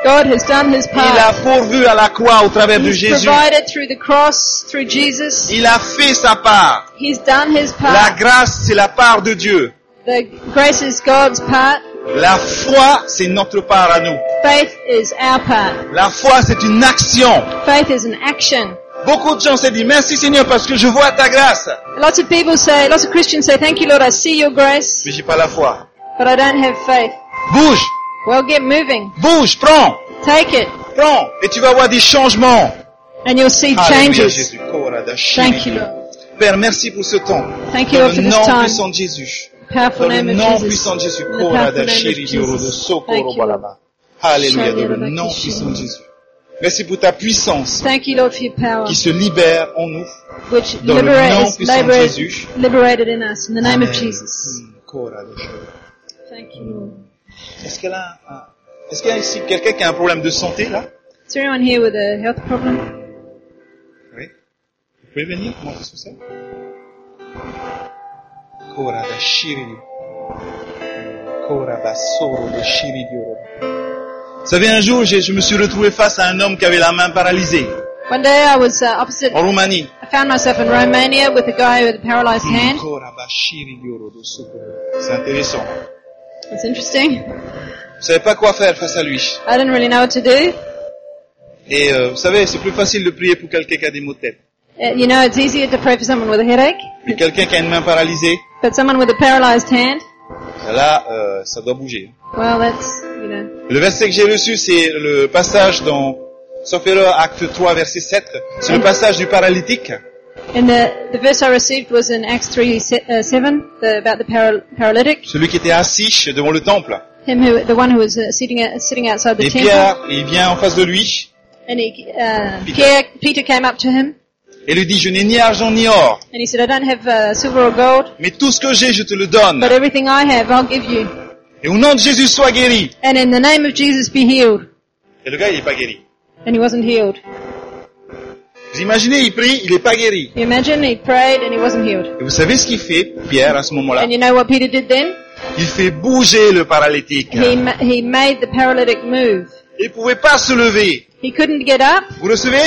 [SPEAKER 4] God has done His
[SPEAKER 3] Il a
[SPEAKER 4] part.
[SPEAKER 3] pourvu à la croix au travers de
[SPEAKER 4] He's
[SPEAKER 3] Jésus.
[SPEAKER 4] provided through the cross, through Jesus.
[SPEAKER 3] Il a fait sa part.
[SPEAKER 4] He's done His
[SPEAKER 3] La
[SPEAKER 4] part.
[SPEAKER 3] grâce, c'est la part de Dieu.
[SPEAKER 4] The grace is God's part.
[SPEAKER 3] La foi, c'est notre part à nous.
[SPEAKER 4] Faith is our part.
[SPEAKER 3] La foi, c'est une action.
[SPEAKER 4] Faith is an action.
[SPEAKER 3] Beaucoup de gens se disent merci Seigneur parce que je vois ta grâce,
[SPEAKER 4] Lots of people say, lots of Christians say, thank you Lord, I see your grace,
[SPEAKER 3] mais j'ai pas la foi.
[SPEAKER 4] but I don't have faith.
[SPEAKER 3] Bouge,
[SPEAKER 4] Well, get moving.
[SPEAKER 3] bouge, prends,
[SPEAKER 4] Take it.
[SPEAKER 3] prends, et tu vas voir des changements.
[SPEAKER 4] And you'll see
[SPEAKER 3] Alléluia,
[SPEAKER 4] changes.
[SPEAKER 3] Jésus. Korada,
[SPEAKER 4] Thank you,
[SPEAKER 3] Shiri.
[SPEAKER 4] Lord.
[SPEAKER 3] Père, merci pour ce temps.
[SPEAKER 4] Thank you,
[SPEAKER 3] Dans le
[SPEAKER 4] Lord, for this
[SPEAKER 3] nom
[SPEAKER 4] time.
[SPEAKER 3] puissant de Jésus.
[SPEAKER 4] Powerful
[SPEAKER 3] Dans le
[SPEAKER 4] name of
[SPEAKER 3] nom
[SPEAKER 4] Jesus.
[SPEAKER 3] puissant de Jésus. Oh,
[SPEAKER 4] In the powerful
[SPEAKER 3] Korada,
[SPEAKER 4] name of
[SPEAKER 3] Shiri, Yoro,
[SPEAKER 4] Jesus. Thank
[SPEAKER 3] Sokoro,
[SPEAKER 4] you, Lord.
[SPEAKER 3] Balaba. Alléluia, dans
[SPEAKER 4] Shari,
[SPEAKER 3] le
[SPEAKER 4] Yoro,
[SPEAKER 3] nom
[SPEAKER 4] Shiri.
[SPEAKER 3] puissant de Jésus. Merci pour ta puissance
[SPEAKER 4] Thank you, Lord, for your power,
[SPEAKER 3] qui se libère en nous.
[SPEAKER 4] which
[SPEAKER 3] dans le nom
[SPEAKER 4] liberates,
[SPEAKER 3] puissant de
[SPEAKER 4] liberates,
[SPEAKER 3] Jésus.
[SPEAKER 4] liberated in us. In the name of
[SPEAKER 3] Amen.
[SPEAKER 4] Jesus.
[SPEAKER 3] Mm, Korada, Shiri.
[SPEAKER 4] Thank you, Lord.
[SPEAKER 3] Est-ce qu'elle a un- est-ce qu'il y a ici quelqu'un qui a un problème de santé là?
[SPEAKER 4] Is there anyone here with a health problem?
[SPEAKER 3] Oui. Vous pouvez venir monter sur scène Korada Shiri. Korada Soro de Shiri Dioro. Vous savez, un jour, j'ai- je me suis retrouvé face à un homme qui avait la main paralysée
[SPEAKER 4] One day I was uh, opposite,
[SPEAKER 3] en Roumanie.
[SPEAKER 4] I found myself in Romania with a guy with a paralyzed hand.
[SPEAKER 3] Korada Shiri Dioro de Sokoro. C'est intéressant.
[SPEAKER 4] It's interesting.
[SPEAKER 3] Vous savez pas quoi faire face à lui.
[SPEAKER 4] I didn't really know what to do.
[SPEAKER 3] Et euh, vous savez, c'est plus facile de prier pour quelqu'un qui a des maux de tête.
[SPEAKER 4] Uh, you know, it's easier to pray for someone with a headache,
[SPEAKER 3] Mais quelqu'un qui a une main paralysée,
[SPEAKER 4] but someone with a paralyzed hand,
[SPEAKER 3] là, euh, ça doit bouger.
[SPEAKER 4] well, that's, you know,
[SPEAKER 3] Le verset que j'ai reçu, c'est le passage dans, sauf erreur, acte 3, verset 7. C'est le passage du paralytique.
[SPEAKER 4] And the, the verse I received was in Acts 3 se- uh, 7, the, about the paral- paralytic,
[SPEAKER 3] Celui qui était assis devant le temple.
[SPEAKER 4] him who, the one who was uh, sitting, uh, sitting outside the
[SPEAKER 3] Et
[SPEAKER 4] temple.
[SPEAKER 3] Pierre, il vient en face de lui
[SPEAKER 4] And he, uh,
[SPEAKER 3] Peter.
[SPEAKER 4] Pierre, Peter came up to him
[SPEAKER 3] et lui dit, je n'ai ni argent ni or,
[SPEAKER 4] and he said, I don't have uh, silver or gold,
[SPEAKER 3] mais tout ce que j'ai, je te le donne.
[SPEAKER 4] but everything I have I'll give you.
[SPEAKER 3] Et au nom de Jésus, sois guéri.
[SPEAKER 4] And in the name of Jesus be healed.
[SPEAKER 3] Et le gars, il n'est pas guéri.
[SPEAKER 4] And he wasn't healed.
[SPEAKER 3] Vous imaginez, il prie, il n'est pas guéri.
[SPEAKER 4] You imagine he prayed and he wasn't healed.
[SPEAKER 3] Et vous savez ce qu'il fait, Pierre, à ce moment-là?
[SPEAKER 4] And you know what Peter did then?
[SPEAKER 3] Il fait bouger le paralytique.
[SPEAKER 4] He, ma- he made the paralytic move.
[SPEAKER 3] Il pouvait pas se lever.
[SPEAKER 4] He couldn't get up,
[SPEAKER 3] Vous recevez?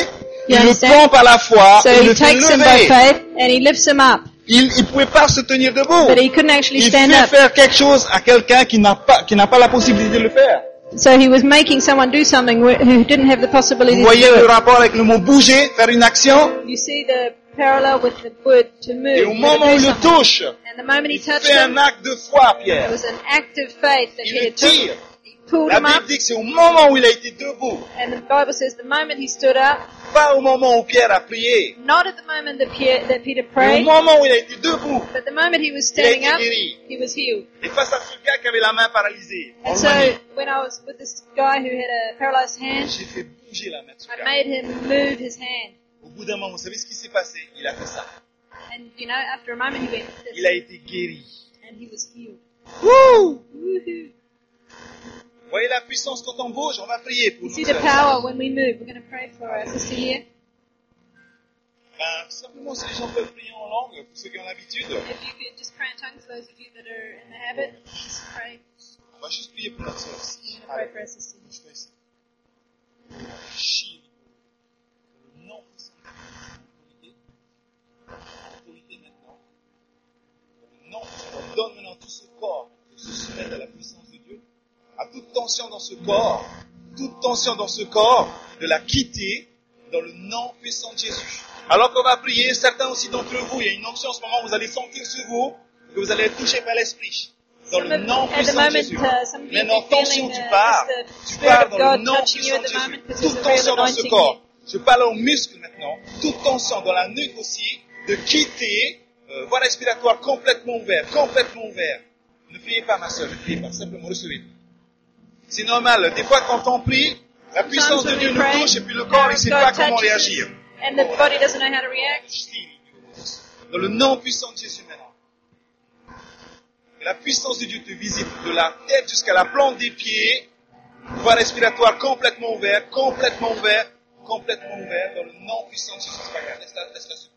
[SPEAKER 3] Il
[SPEAKER 4] You
[SPEAKER 3] le
[SPEAKER 4] understand?
[SPEAKER 3] prend par la foi
[SPEAKER 4] so
[SPEAKER 3] et
[SPEAKER 4] he
[SPEAKER 3] le fait
[SPEAKER 4] takes him by
[SPEAKER 3] lever.
[SPEAKER 4] faith and he lifts him up.
[SPEAKER 3] Il ne pouvait pas se tenir debout.
[SPEAKER 4] But he couldn't actually
[SPEAKER 3] Il
[SPEAKER 4] stand
[SPEAKER 3] fait
[SPEAKER 4] up.
[SPEAKER 3] faire quelque chose à quelqu'un qui n'a pas qui n'a pas la possibilité de le faire.
[SPEAKER 4] So he was making someone do something wh- who didn't have the possibility
[SPEAKER 3] Vous
[SPEAKER 4] to
[SPEAKER 3] voyez
[SPEAKER 4] do
[SPEAKER 3] le
[SPEAKER 4] it.
[SPEAKER 3] rapport avec le mot bouger, faire une action,
[SPEAKER 4] You see the parallel with the word to move.
[SPEAKER 3] et au
[SPEAKER 4] to
[SPEAKER 3] moment où
[SPEAKER 4] do
[SPEAKER 3] il le
[SPEAKER 4] something.
[SPEAKER 3] touche,
[SPEAKER 4] and the moment he
[SPEAKER 3] il
[SPEAKER 4] touched
[SPEAKER 3] fait un
[SPEAKER 4] him,
[SPEAKER 3] acte de foi,
[SPEAKER 4] it
[SPEAKER 3] Pierre.
[SPEAKER 4] was an act of faith that
[SPEAKER 3] Il le
[SPEAKER 4] Peter
[SPEAKER 3] tire.
[SPEAKER 4] took. He pulled
[SPEAKER 3] La
[SPEAKER 4] him up,
[SPEAKER 3] Bible dit que c'est au moment où il a été debout,
[SPEAKER 4] and the Bible says the moment he stood up,
[SPEAKER 3] pas au moment où Pierre a prié,
[SPEAKER 4] not at the moment that Peter, that
[SPEAKER 3] mais
[SPEAKER 4] Peter
[SPEAKER 3] au
[SPEAKER 4] prayed,
[SPEAKER 3] moment où il a été debout.
[SPEAKER 4] but the moment he was standing
[SPEAKER 3] Il a
[SPEAKER 4] up,
[SPEAKER 3] été guéri.
[SPEAKER 4] he was healed.
[SPEAKER 3] Et face à ce gars qui avait la main paralysée, on
[SPEAKER 4] And
[SPEAKER 3] le
[SPEAKER 4] so
[SPEAKER 3] manie.
[SPEAKER 4] when I was with this guy who had a paralyzed hand,
[SPEAKER 3] j'ai fait bouger la main de ce
[SPEAKER 4] I
[SPEAKER 3] gars.
[SPEAKER 4] made him move his hand.
[SPEAKER 3] Au bout d'un moment, vous savez ce qui s'est passé Il a fait ça.
[SPEAKER 4] And you know, after a moment he went like
[SPEAKER 3] Il
[SPEAKER 4] this,
[SPEAKER 3] a été guéri.
[SPEAKER 4] and he was healed.
[SPEAKER 3] Wouh
[SPEAKER 4] Woohoo!
[SPEAKER 3] Vous voyez la puissance quand on bouge, on va prier pour
[SPEAKER 4] You
[SPEAKER 3] nous.
[SPEAKER 4] see the power when we move. We're going to pray for our sister here.
[SPEAKER 3] Ben, simplement, si les gens peuvent prier en langue, pour ceux qui ont l'habitude,
[SPEAKER 4] If you could just pray in tongues, those of you that are in the habit, just pray.
[SPEAKER 3] on va juste prier pour notre soeur.
[SPEAKER 4] We're going to pray
[SPEAKER 3] Allez,
[SPEAKER 4] for our sister here.
[SPEAKER 3] bouge-toi ici. Chine. Non, puissant de l'autorité. Autorité maintenant. Non, on donne maintenant tout ce corps de se soumettre à la puissance de Dieu. À toute tension dans ce corps, toute tension dans ce corps, de la quitter dans le nom puissant de Jésus. Alors qu'on va prier, certains aussi d'entre vous, il y a une onction en ce moment, vous allez sentir sur vous que vous allez être touché par l'esprit. Dans le
[SPEAKER 4] Some of-
[SPEAKER 3] nom
[SPEAKER 4] at the
[SPEAKER 3] puissant de
[SPEAKER 4] moment,
[SPEAKER 3] Jésus.
[SPEAKER 4] uh, some of you
[SPEAKER 3] Maintenant,
[SPEAKER 4] are
[SPEAKER 3] tension,
[SPEAKER 4] feeling
[SPEAKER 3] tu
[SPEAKER 4] uh,
[SPEAKER 3] pars.
[SPEAKER 4] just the
[SPEAKER 3] Tu
[SPEAKER 4] Spirit
[SPEAKER 3] pars
[SPEAKER 4] of
[SPEAKER 3] dans le
[SPEAKER 4] God
[SPEAKER 3] nom
[SPEAKER 4] touching you
[SPEAKER 3] puissant
[SPEAKER 4] at
[SPEAKER 3] de
[SPEAKER 4] the
[SPEAKER 3] Jésus.
[SPEAKER 4] moment because there's
[SPEAKER 3] Toute
[SPEAKER 4] a real
[SPEAKER 3] tension dans ce
[SPEAKER 4] anointing
[SPEAKER 3] corps.
[SPEAKER 4] here.
[SPEAKER 3] Je parle aux muscles maintenant. Toute tension dans la nuque aussi. De quitter, euh, voie respiratoire complètement ouvert, complètement ouvert. Ne priez pas, ma soeur, ne priez pas. Simplement recevez. C'est normal. Des fois, quand on prie, la puissance
[SPEAKER 4] Sometimes
[SPEAKER 3] de
[SPEAKER 4] when
[SPEAKER 3] Dieu
[SPEAKER 4] we
[SPEAKER 3] nous
[SPEAKER 4] pray,
[SPEAKER 3] touche et puis le
[SPEAKER 4] power
[SPEAKER 3] corps, il ne
[SPEAKER 4] of
[SPEAKER 3] sait
[SPEAKER 4] God
[SPEAKER 3] pas comment
[SPEAKER 4] touches us,
[SPEAKER 3] réagir.
[SPEAKER 4] And the body doesn't know how to react.
[SPEAKER 3] Dans le nom puissant de Jésus maintenant. Que la puissance de Dieu te visite de la tête jusqu'à la plante des pieds. Voie respiratoire complètement ouvert, complètement ouvert, complètement ouvert. Dans le nom puissant de Jésus. C'est pas grave, laisse-la, laisse-la se-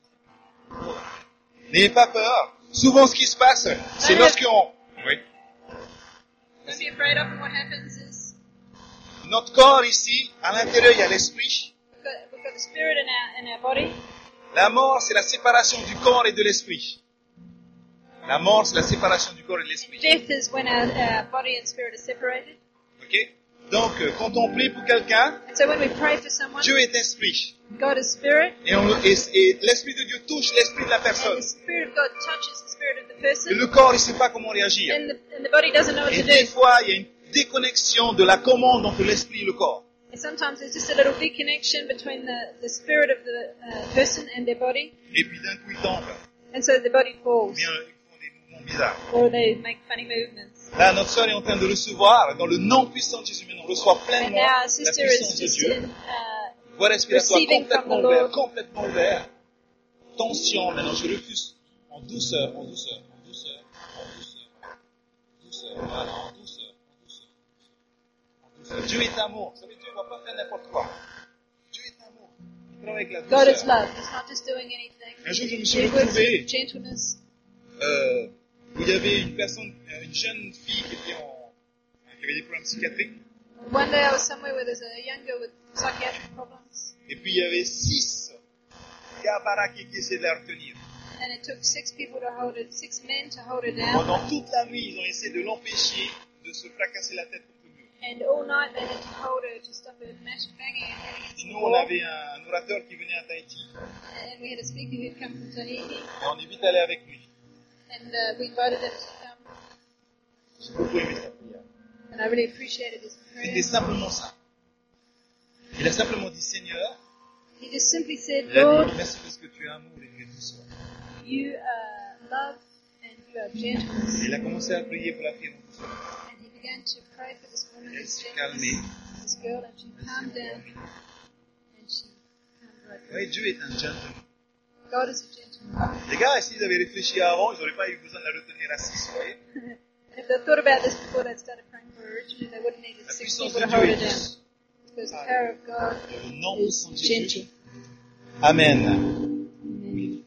[SPEAKER 3] N'ayez pas peur. Souvent, ce qui se passe, c'est
[SPEAKER 4] Allez.
[SPEAKER 3] lorsqu'on, oui.
[SPEAKER 4] Don't be afraid of it. What happens is
[SPEAKER 3] notre corps ici, à l'intérieur, il y a l'esprit.
[SPEAKER 4] we've got, we've got the spirit in our in our body.
[SPEAKER 3] La mort, c'est la séparation du corps et de l'esprit. La mort, c'est la séparation du corps et de l'esprit.
[SPEAKER 4] Death is when our, our body and spirit are separated.
[SPEAKER 3] Ok Donc, euh, quand on prie pour quelqu'un,
[SPEAKER 4] And so when we pray for someone,
[SPEAKER 3] Dieu est esprit.
[SPEAKER 4] God is spirit,
[SPEAKER 3] Et, on- et- et l'esprit de Dieu touche l'esprit de la
[SPEAKER 4] and
[SPEAKER 3] personne.
[SPEAKER 4] the spirit of God touches the spirit of the
[SPEAKER 3] Et
[SPEAKER 4] person,
[SPEAKER 3] le corps, il ne sait pas comment réagir.
[SPEAKER 4] and the, and the body doesn't know what
[SPEAKER 3] Et
[SPEAKER 4] to
[SPEAKER 3] des
[SPEAKER 4] do.
[SPEAKER 3] fois, il y a une déconnexion de la commande entre l'esprit et le corps.
[SPEAKER 4] And sometimes there's just a little deconnection between the, the spirit of the uh, person and their body,
[SPEAKER 3] Et puis d'un coup, ils tombent.
[SPEAKER 4] and so the body
[SPEAKER 3] Ou
[SPEAKER 4] falls,
[SPEAKER 3] bien, ils font des mouvements bizarres.
[SPEAKER 4] or they make funny movements.
[SPEAKER 3] Là, notre soeur est en train de recevoir, dans le nom puissant de Jésus, maintenant, reçoit
[SPEAKER 4] And
[SPEAKER 3] pleinement
[SPEAKER 4] now
[SPEAKER 3] la
[SPEAKER 4] our sister is
[SPEAKER 3] puissance de
[SPEAKER 4] just
[SPEAKER 3] Dieu.
[SPEAKER 4] in, uh,
[SPEAKER 3] Voie respiratoire
[SPEAKER 4] Receiving from
[SPEAKER 3] complètement
[SPEAKER 4] the Lord.
[SPEAKER 3] ouvert, complètement ouvert. Tension, maintenant je refuse. En douceur, en douceur, en douceur, en douceur. En douceur, voilà, en douceur, en douceur. En douceur. Dieu est amour. Vous savez, Dieu ne va pas faire n'importe quoi. Dieu est amour. Il travaille avec la
[SPEAKER 4] God is
[SPEAKER 3] douceur.
[SPEAKER 4] love. He's not just doing anything.
[SPEAKER 3] Un jour, je me suis
[SPEAKER 4] He works
[SPEAKER 3] retrouvé
[SPEAKER 4] with gentleness.
[SPEAKER 3] euh, où il y avait une personne, euh, une jeune fille qui était en, qui avait des problèmes psychiatriques.
[SPEAKER 4] One day I was somewhere where there's a young girl with psychiatric problems,
[SPEAKER 3] Et puis il y avait six gars baraqués qui essayaient de la retenir.
[SPEAKER 4] and it took six people to hold it, six men to hold her down,
[SPEAKER 3] Pendant toute la nuit, ils ont essayé de l'empêcher de se fracasser la tête contre le mur.
[SPEAKER 4] and all night they had to hold her to stop her mash banging her head against
[SPEAKER 3] Et
[SPEAKER 4] the
[SPEAKER 3] nous, on
[SPEAKER 4] wall.
[SPEAKER 3] avait un orateur qui venait à Tahiti,
[SPEAKER 4] And we had a speaker who'd come from Tahiti,
[SPEAKER 3] et on est vite allé avec lui.
[SPEAKER 4] and uh, we invited him to come,
[SPEAKER 3] J'ai beaucoup aimé sa prière.
[SPEAKER 4] and I really appreciated his prayer.
[SPEAKER 3] C'était simplement ça. Il a simplement dit, Seigneur,
[SPEAKER 4] He just simply said,
[SPEAKER 3] il a
[SPEAKER 4] Lord,
[SPEAKER 3] dit, merci parce que tu es amour et tu es douceur.
[SPEAKER 4] you are love and you are gentleness.
[SPEAKER 3] Et Il a commencé à prier pour la fille. en douceur.
[SPEAKER 4] And he began to pray for this woman,
[SPEAKER 3] Elle
[SPEAKER 4] this
[SPEAKER 3] s'est
[SPEAKER 4] gentleness,
[SPEAKER 3] calmée.
[SPEAKER 4] this girl, and she
[SPEAKER 3] Elle s'est
[SPEAKER 4] calmed down.
[SPEAKER 3] endormie.
[SPEAKER 4] And she calmed right down.
[SPEAKER 3] Oui, Dieu est un gentleman.
[SPEAKER 4] God is a gentleman.
[SPEAKER 3] Les gars, s'ils avaient réfléchi avant, ils n'auraient pas eu besoin de la retenir à six, vous voyez.
[SPEAKER 4] And if they thought about this before they started praying for her originally, they wouldn't need
[SPEAKER 3] La
[SPEAKER 4] six
[SPEAKER 3] puissance
[SPEAKER 4] people
[SPEAKER 3] de
[SPEAKER 4] to hold
[SPEAKER 3] Dieu
[SPEAKER 4] her
[SPEAKER 3] est
[SPEAKER 4] down.
[SPEAKER 3] douce.
[SPEAKER 4] Because the power of God
[SPEAKER 3] Au nom
[SPEAKER 4] is
[SPEAKER 3] puissant de Jésus.
[SPEAKER 4] gentle.
[SPEAKER 3] Amen.